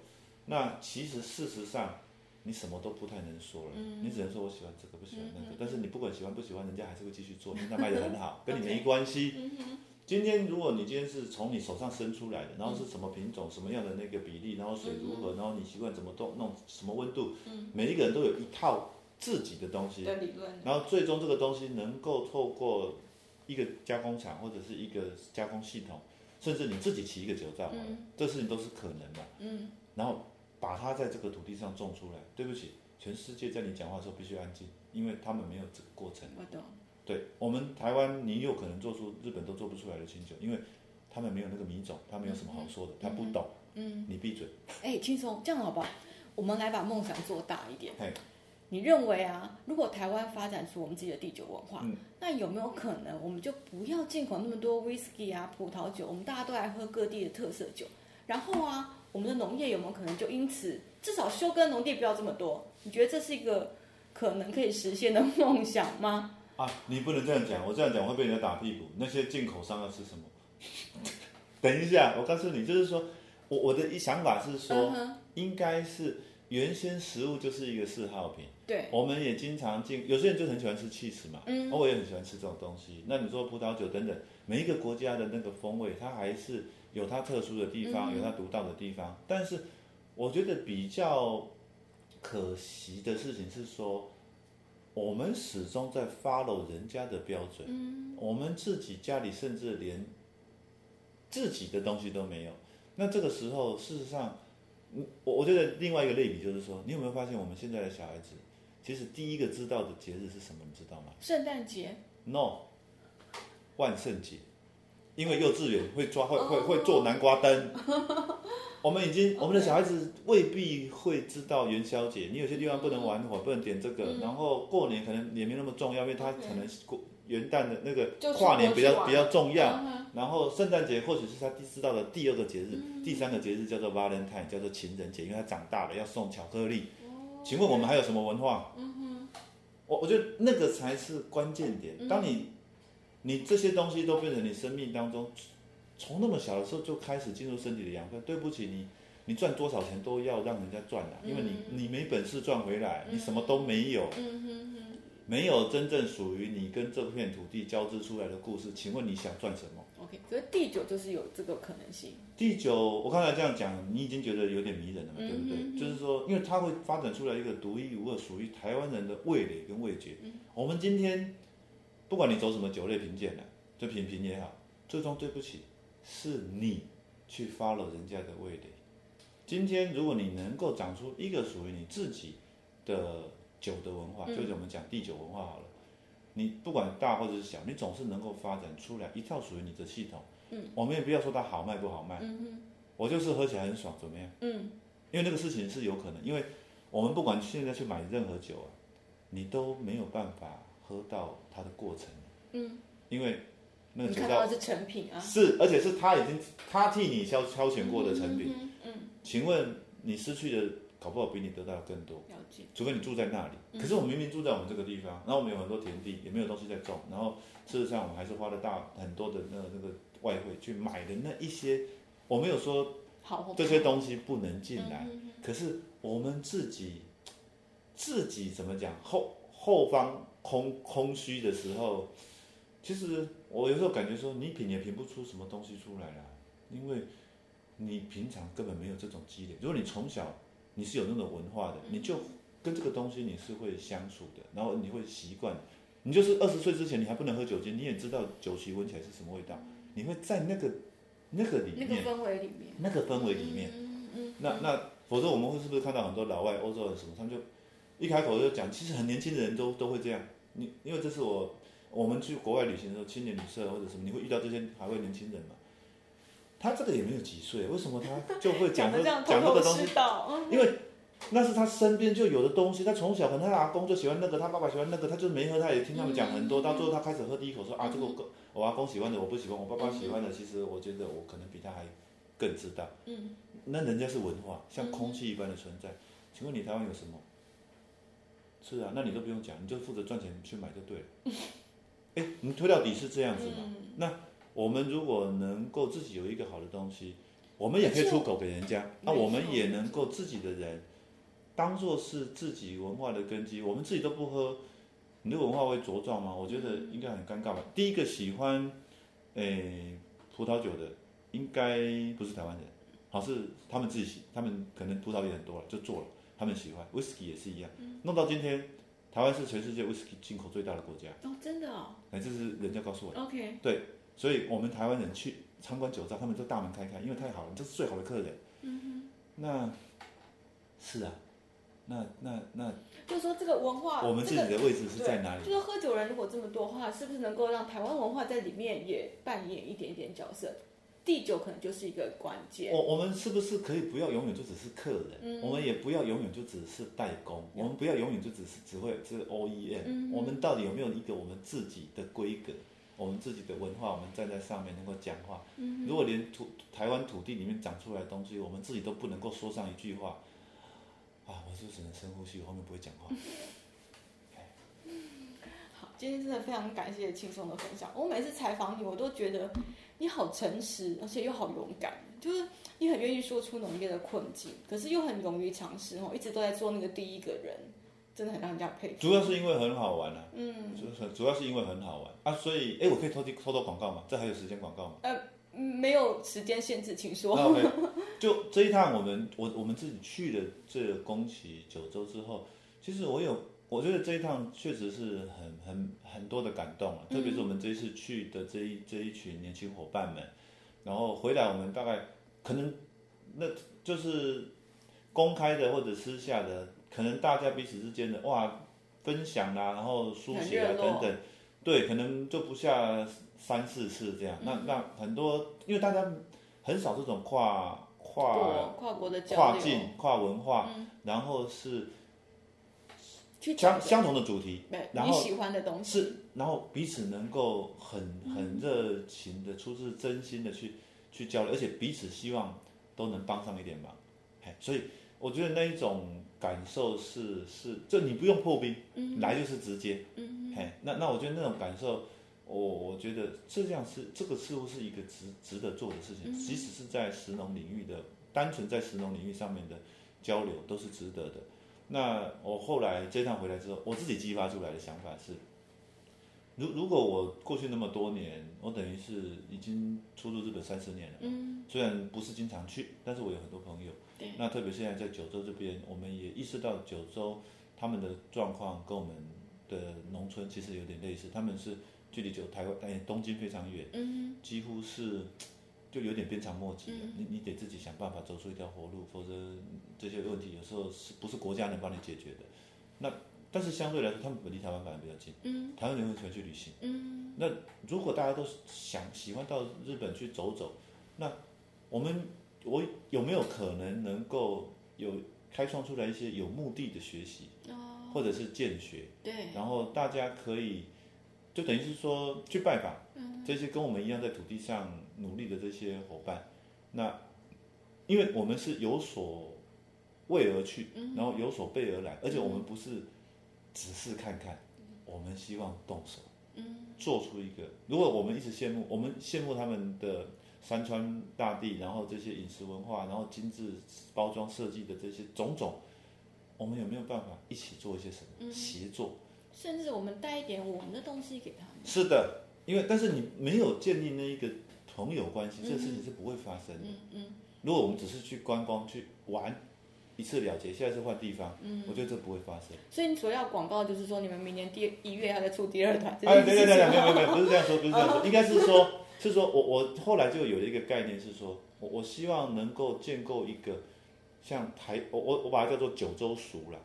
[SPEAKER 3] 那其实事实上你什么都不太能说了，你只能说我喜欢这个，不喜欢那个。但是你不管喜欢不喜欢，人家还是会继续做，因为他卖的很好，跟你没关系。今天如果你今天是从你手上生出来的，然后是什么品种、什么样的那个比例，然后水如何，然后你习惯怎么动、弄什么温度，每一个人都有一套自己的东西。
[SPEAKER 2] 的理论，
[SPEAKER 3] 然后最终这个东西能够透过一个加工厂或者是一个加工系统，甚至你自己起一个酒造，
[SPEAKER 2] 嗯
[SPEAKER 3] 这事情都是可能的。
[SPEAKER 2] 嗯，
[SPEAKER 3] 然后把它在这个土地上种出来。对不起，全世界在你讲话的时候必须安静，因为他们没有这个过程。
[SPEAKER 2] 我懂，
[SPEAKER 3] 对我们台湾，你有可能做出日本都做不出来的清酒，因为他们没有那个米种，他没有什么好说的，他不懂，
[SPEAKER 2] 嗯，
[SPEAKER 3] 你闭嘴。
[SPEAKER 2] 哎，轻松，这样好不好？我们来把梦想做大一点。
[SPEAKER 3] 嘿，
[SPEAKER 2] 你认为啊，如果台湾发展出我们自己的第九文化，
[SPEAKER 3] 嗯
[SPEAKER 2] 那有没有可能我们就不要进口那么多 whisky 啊、葡萄酒，我们大家都来喝各地的特色酒，然后啊，我们的农业有没有可能就因此至少休耕农地不要这么多？你觉得这是一个可能可以实现的梦想吗？
[SPEAKER 3] 啊，你不能这样讲，我这样讲会被人家打屁股。那些进口商要吃什么？ 等一下，我告诉你，就是说我我的一想法是
[SPEAKER 2] 嗯
[SPEAKER 3] 说，
[SPEAKER 2] 哼，
[SPEAKER 3] 应该是原先食物就是一个嗜好品。
[SPEAKER 2] 对，
[SPEAKER 3] 我们也经常进，有些人就很喜欢吃 cheese 嘛，
[SPEAKER 2] 嗯
[SPEAKER 3] 那我也很喜欢吃这种东西。那你说葡萄酒等等，每一个国家的那个风味，它还是有它特殊的地
[SPEAKER 2] 嗯
[SPEAKER 3] 方，有它独到的地方。但是我觉得比较可惜的事情是说，我们始终在 follow 人家的标准，
[SPEAKER 2] 嗯
[SPEAKER 3] 我们自己家里甚至连自己的东西都没有。那这个时候，事实上，嗯我我觉得另外一个类比就是说，你有没有发现我们现在的小孩子，其实第一个知道的节日是什么，你知道吗
[SPEAKER 2] 圣诞节
[SPEAKER 3] ？No，万圣节，因为幼稚园会抓会会会做南瓜灯。 我们已经我们的小孩子未必会知道元宵节，你有些地方不能玩火，不能点这个，然后过年可能也没那么重要，因为他可能过元旦的那个
[SPEAKER 2] 就出国
[SPEAKER 3] 跨年比
[SPEAKER 2] 去
[SPEAKER 3] 较
[SPEAKER 2] 玩
[SPEAKER 3] 比较重要。
[SPEAKER 2] 嗯哼嗯
[SPEAKER 3] 然后圣诞节或许是他知道的第二个节日，第三个节日叫做 Valentine，叫做情人节，因为他长大了要送巧克力。
[SPEAKER 2] 哦
[SPEAKER 3] 请问我们还有什么文化？嗯哼，我我觉得那个才是关键点。
[SPEAKER 2] 嗯
[SPEAKER 3] 当你你这些东西都变成你生命当中，从那么小的时候就开始进入身体的养分。对不起，你你赚多少钱都要让人家赚啊，因为你你没本事赚回来，你什么都没有。
[SPEAKER 2] 嗯哼哼，
[SPEAKER 3] 没有真正属于你跟这片土地交织出来的故事，请问你想赚什么？
[SPEAKER 2] 我 OK，所以第九就是有这个可能性。
[SPEAKER 3] 第九，我刚才这样讲，你已经觉得有点迷人了嘛，
[SPEAKER 2] 嗯
[SPEAKER 3] 对不对？
[SPEAKER 2] 嗯嗯
[SPEAKER 3] 就是说，因为它会发展出来一个独一无二、属于台湾人的味蕾跟味觉。
[SPEAKER 2] 嗯
[SPEAKER 3] 我们今天不管你走什么酒类品鉴呢、就品评也好，最终对不起，是你去 follow 人家的味蕾。今天如果你能够长出一个属于你自己的酒的文化，就是我们讲第九文化好了。你不管大或者是小，你总是能够发展出来一套属于你的系统。嗯，我们也不要说它好卖不好卖。我就是喝起来很爽，怎么样？嗯，因为那个事情是有可能，因为我们不管现在去买任何酒啊，你都没有办法喝到它的过程。嗯，因为那个
[SPEAKER 2] 你
[SPEAKER 3] 酒
[SPEAKER 2] 看
[SPEAKER 3] 到
[SPEAKER 2] 到的是成品啊，
[SPEAKER 3] 是，而且是他已经他替你挑挑选过的成品。请问你失去的，搞不好比你得到的更多。
[SPEAKER 2] 了解。
[SPEAKER 3] 除非你住在那里。可是我们明明住在我们这个地方，然后我们有很多田地，也没有东西在种，然后事实上我们还是花了大很多的那个那个外汇去买的那一些，我没有说
[SPEAKER 2] 好，我
[SPEAKER 3] 这些东西不能进来。可是我们自己自己怎么讲后后方空空虚的时候，其实我有时候感觉说，你品也品不出什么东西出来啦，因为你平常根本没有这种积累。如果你从小你是有那种文化的，你就跟这个东西你是会相处的，然后你会习惯。你就是二十岁之前，你还不能喝酒精，你也知道酒旗闻起来是什么味道，你会在那个那个里
[SPEAKER 2] 那
[SPEAKER 3] 面
[SPEAKER 2] 个氛围里面，嗯
[SPEAKER 3] 那个氛围嗯里面。那那否则我们会是不是看到很多老外欧洲人什么，他们就一开口就讲，其实很年轻的人都都会这样。你因为这是我我们去国外旅行的时候，青年旅社或者什么，你会遇到这些海外年轻人嘛？他这个也没有几岁，为什么他就会 讲
[SPEAKER 2] 的嗯
[SPEAKER 3] 这
[SPEAKER 2] 这样
[SPEAKER 3] 讲
[SPEAKER 2] 头头
[SPEAKER 3] 这个东西
[SPEAKER 2] 是？道，嗯
[SPEAKER 3] 因为那是他身边就有的东西，他从小可能他阿公就喜欢那个，他爸爸喜欢那个，他就没喝，他也听他们讲很多，到最后他开始喝第一口说啊，这个我我阿公喜欢的我不喜欢，我爸爸喜欢的，其实我觉得我可能比他还更知道。嗯，那人家是文化，像空气一般的存在。请问你台湾有什么？是啊，那你都不用讲，你就负责赚钱去买就对了。哎，你推到底是这样子嘛？那我们如果能够自己有一个好的东西，我们也可以出口给人家，那、我们也能够自己的人当做是自己文化的根基，我们自己都不喝，你的文化会茁壮吗？我觉得应该很尴尬吧。第一个喜欢诶葡萄酒的，应该不是台湾人，好是他们自己喜，他们可能葡萄也很多了，就做了，他们喜欢 whisky 也是一样，弄到今天。台湾是全世界 whisky 进口最大的国家，
[SPEAKER 2] 哦，真的哦
[SPEAKER 3] 哎，这是人家告诉我的。
[SPEAKER 2] ，OK，
[SPEAKER 3] 所以我们台湾人去参观酒庄，他们都大门开开，因为太好了，这是最好的客人。嗯那是啊，那那那
[SPEAKER 2] 就说这个文化，
[SPEAKER 3] 我们自
[SPEAKER 2] 这
[SPEAKER 3] 己
[SPEAKER 2] 个
[SPEAKER 3] 的位置是在哪里？
[SPEAKER 2] 就是喝酒人如哦果这么多的话，是不是能够让台湾文化在里面也扮演一点点角色？第九可能就是一个关键。
[SPEAKER 3] 我我们是不是可以不要永远就只是客人？我们也不要永远就只是代工，我们不要永远就只是只会这个 OEM、我们到底有没有一个我们自己的规格？我们自己的文化，我们站在上面能够讲话。如果连土台湾土地里面长出来的东西，我们自己都不能够说上一句话，啊，我就只能深呼吸，我后面不会讲话。
[SPEAKER 2] 好，今天真的非常感谢轻松的分享。我每次采访你，我都觉得你好诚实，而且又好勇敢，就是你很愿意说出农业的困境，可是又很勇于尝试哦，一直都在做那个第一个人，真的很让人家佩服。
[SPEAKER 3] 主要是因为很好玩啊，嗯，主要主要是因为很好玩啊，所以哎，我可以偷偷偷偷广告吗？这还有时间广告吗？
[SPEAKER 2] 嗯没有时间限制，请说。
[SPEAKER 3] 那 OK，就这一趟我们我我们自己去了这个宫崎九州之后，其实我有我觉得这一趟确实是很很很多的感动啊，特别是我们这一次去的这一这一群年轻伙伴们，然后回来我们大概可能那就是公开的或者私下的，可能大家彼此之间的哇分享啦、然后书写啊
[SPEAKER 2] 很热络
[SPEAKER 3] 等等，对，可能就不下三四次这样。
[SPEAKER 2] 嗯
[SPEAKER 3] 那那很多，因为大家很少这种跨
[SPEAKER 2] 国
[SPEAKER 3] 跨
[SPEAKER 2] 跨国的交
[SPEAKER 3] 跨
[SPEAKER 2] 流，嗯
[SPEAKER 3] 境跨文化，然后是
[SPEAKER 2] 去
[SPEAKER 3] 相
[SPEAKER 2] 讲
[SPEAKER 3] 相同的主题，
[SPEAKER 2] 对
[SPEAKER 3] 然
[SPEAKER 2] 你
[SPEAKER 3] 后
[SPEAKER 2] 喜欢的东西。
[SPEAKER 3] 是，然后彼此能够很
[SPEAKER 2] 嗯
[SPEAKER 3] 很热情的、出自真心的去去交流，而且彼此希望都能帮上一点忙。嘿，所以我觉得那一种感受是是，就你不用破冰，来就是直接。嗯，嘿，那那我觉得那种感受，我我觉得这样是这个似乎是一个值值得做的事情，即使是在石农领域的，单纯在石农领域上面的交流都是值得的。那我后来这趟回来之后，我自己激发出来的想法是，如如果我过去那么多年，我等于是已经出入日本三十年了，
[SPEAKER 2] 嗯，
[SPEAKER 3] 虽然不是经常去，但是我有很多朋友。
[SPEAKER 2] 对，
[SPEAKER 3] 那特别现在在九州这边，我们也意识到九州他们的状况跟我们的农村其实有点类似，他们是距离九台湾哎东京非常远，
[SPEAKER 2] 嗯
[SPEAKER 3] 几乎是就有点鞭长莫及了。啊
[SPEAKER 2] 嗯
[SPEAKER 3] 你你得自己想办法走出一条活路，否则这些问题有时候是不是国家能帮你解决的？那但是相对来说，他们离台湾反而比较近，
[SPEAKER 2] 嗯
[SPEAKER 3] 台湾人很喜欢去旅行。
[SPEAKER 2] 嗯，
[SPEAKER 3] 那如果大家都想喜欢到日本去走走，那我们我有没有可能能够有开创出来一些有目的的学习，
[SPEAKER 2] 哦，
[SPEAKER 3] 或者是见学，
[SPEAKER 2] 对，
[SPEAKER 3] 然后大家可以就等于是说去拜访
[SPEAKER 2] 嗯
[SPEAKER 3] 这些跟我们一样在土地上努力的这些伙伴，那因为我们是有所为而去，
[SPEAKER 2] 嗯
[SPEAKER 3] 然后有所备而来，而且我们
[SPEAKER 2] 嗯
[SPEAKER 3] 不是只是看看，我们希望动手。
[SPEAKER 2] 嗯
[SPEAKER 3] 做出一个，如果我们一直羡慕，我们羡慕他们的山川大地，然后这些饮食文化，然后精致包装设计的这些种种，我们有没有办法一起做一些什么、
[SPEAKER 2] 嗯
[SPEAKER 3] 协作？
[SPEAKER 2] 甚至我们带一点我们的东西给他们，
[SPEAKER 3] 是的，因为但是你没有建立那一个朋友关系，
[SPEAKER 2] 嗯
[SPEAKER 3] 这个事情是不会发生的。
[SPEAKER 2] 嗯嗯
[SPEAKER 3] 如果我们只是去观光去玩一次了结，下一次换地方，我
[SPEAKER 2] 嗯，
[SPEAKER 3] 觉得这不会发生。
[SPEAKER 2] 所以你所要广告就是说，你们明年第一月还在出第二团，这
[SPEAKER 3] 哎，
[SPEAKER 2] 件
[SPEAKER 3] 对
[SPEAKER 2] 事
[SPEAKER 3] 对对对，
[SPEAKER 2] 情
[SPEAKER 3] 没有没有没有，不是这样说，不是这 样说，应该是说，是说我我后来就有了一个概念，是说我我希望能够建构一个像台，我我我把它叫做九州塾啦，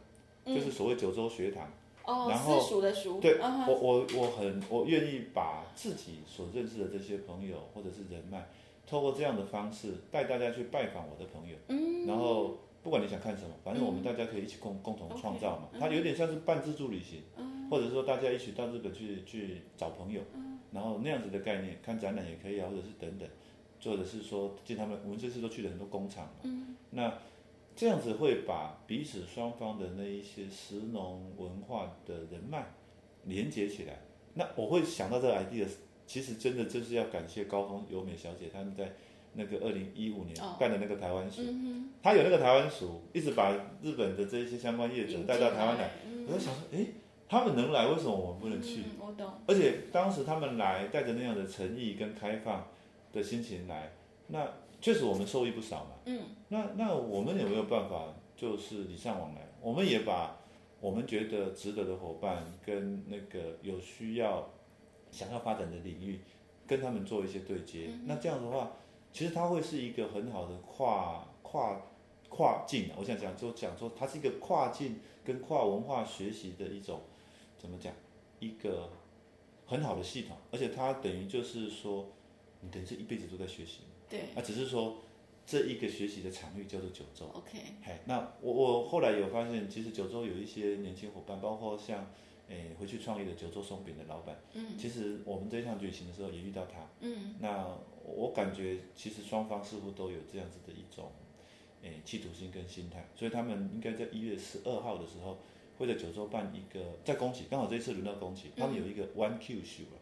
[SPEAKER 2] 嗯
[SPEAKER 3] 就是所谓九州学堂。
[SPEAKER 2] 哦，
[SPEAKER 3] 然后
[SPEAKER 2] 私塾的塾，
[SPEAKER 3] 对
[SPEAKER 2] 啊
[SPEAKER 3] 我我我很我愿意把自己所认识的这些朋友或者是人脉，透过这样的方式带大家去拜访我的朋友，
[SPEAKER 2] 嗯，
[SPEAKER 3] 然后不管你想看什么，反正我
[SPEAKER 2] 嗯
[SPEAKER 3] 们大家可以一起共共同
[SPEAKER 2] OK，
[SPEAKER 3] 创造嘛，
[SPEAKER 2] 嗯
[SPEAKER 3] 它有点像是半自助旅行。
[SPEAKER 2] 嗯
[SPEAKER 3] 或者说大家一起到日本去去找朋友，
[SPEAKER 2] 嗯
[SPEAKER 3] 然后那样子的概念，看展览也可以啊，或者是等等，或者是说进他们，我们这次都去了很多工厂嘛，
[SPEAKER 2] 嗯
[SPEAKER 3] 那这样子会把彼此双方的那一些食农文化的人脉连接起来。那我会想到这个 idea，其实真的就是要感谢高峰由美小姐他们在那个二零一五年
[SPEAKER 2] 哦
[SPEAKER 3] 办的那个台湾署，
[SPEAKER 2] 嗯
[SPEAKER 3] 她有那个台湾署，一直把日本的这一些相关业
[SPEAKER 2] 哼，
[SPEAKER 3] 者
[SPEAKER 2] 引
[SPEAKER 3] 带到
[SPEAKER 2] 进
[SPEAKER 3] 台湾来。，
[SPEAKER 2] 嗯
[SPEAKER 3] 我就想说，诶，他们能来，为什么我们不能去？
[SPEAKER 2] 嗯我懂，
[SPEAKER 3] 而且当时他们来，带着那样的诚意跟开放的心情来，那确实我们受益不少嘛。
[SPEAKER 2] 嗯
[SPEAKER 3] 那那我们有没有办法就是礼尚往来？我们也把我们觉得值得的伙伴跟那个有需要想要发展的领域，跟他们做一些对接。
[SPEAKER 2] 嗯哼
[SPEAKER 3] 那这样的话，其实它会是一个很好的跨跨跨境啊。我想讲就讲说，它是一个跨境跟跨文化学习的一种怎么讲一个很好的系统，而且它等于就是说，你等于是一辈子都在学习。
[SPEAKER 2] 对
[SPEAKER 3] 啊，只是说这一个学习的场域叫做九州。
[SPEAKER 2] ，OK，
[SPEAKER 3] 嘿，那我我后来有发现，其实九州有一些年轻伙伴，包括像诶回去创业的九州松饼的老板，
[SPEAKER 2] 嗯
[SPEAKER 3] 其实我们这一趟旅行的时候也遇到他。
[SPEAKER 2] 嗯
[SPEAKER 3] 那我感觉其实双方似乎都有这样子的一种诶企图心跟心态，所以他们应该在一月十二号的时候会在九州办一个在宫崎，刚好这一次轮到宫崎，
[SPEAKER 2] 嗯
[SPEAKER 3] 他们有一个 One Q Show 啊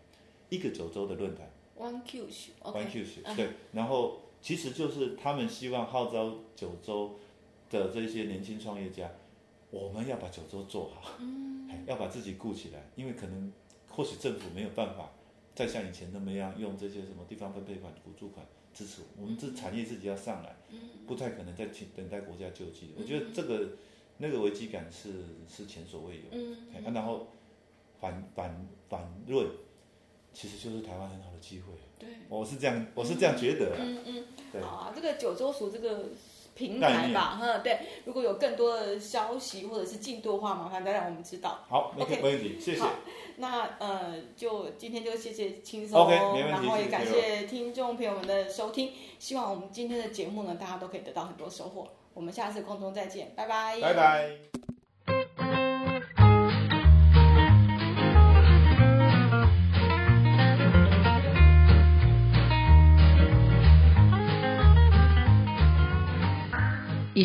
[SPEAKER 3] 一个九州的论坛。
[SPEAKER 2] ，One Q 塾
[SPEAKER 3] One
[SPEAKER 2] ，OK，
[SPEAKER 3] Q 学
[SPEAKER 2] 嗯
[SPEAKER 3] 对，然后其实就是他们希望号召九州的这些年轻创业家，我们要把九州做好，
[SPEAKER 2] 嗯
[SPEAKER 3] 哎要把自己顾起来，因为可能或许政府没有办法再像以前那么样用这些什么地方分配款、补助款支持我们，这产业自己要上来，
[SPEAKER 2] 嗯
[SPEAKER 3] 不太可能再去等待国家救济的。
[SPEAKER 2] 嗯
[SPEAKER 3] 我觉得这个那个危机感是是前所未有的。
[SPEAKER 2] 嗯
[SPEAKER 3] 哎啊然后反反反论，其实就是台湾很好的机会。
[SPEAKER 2] 对，
[SPEAKER 3] 我是这样，我是这样觉得啦。
[SPEAKER 2] 嗯嗯。
[SPEAKER 3] 对
[SPEAKER 2] 好，啊，这个九州署这个平
[SPEAKER 3] 概
[SPEAKER 2] 台
[SPEAKER 3] 念
[SPEAKER 2] 吧，哈，对，如果有更多的消息或者是进度的话，麻烦再让我们知道。
[SPEAKER 3] 好，没
[SPEAKER 2] OK
[SPEAKER 3] 没问题，谢谢
[SPEAKER 2] 好。那呃，就今天就谢谢轻松
[SPEAKER 3] OK，没问题
[SPEAKER 2] 然后也
[SPEAKER 3] 谢谢
[SPEAKER 2] 感谢听众朋友们的收听，希望我们今天的节目呢，大家都可以得到很多收获。我们下次空中再见，拜拜，
[SPEAKER 3] 拜。拜。
[SPEAKER 1] 以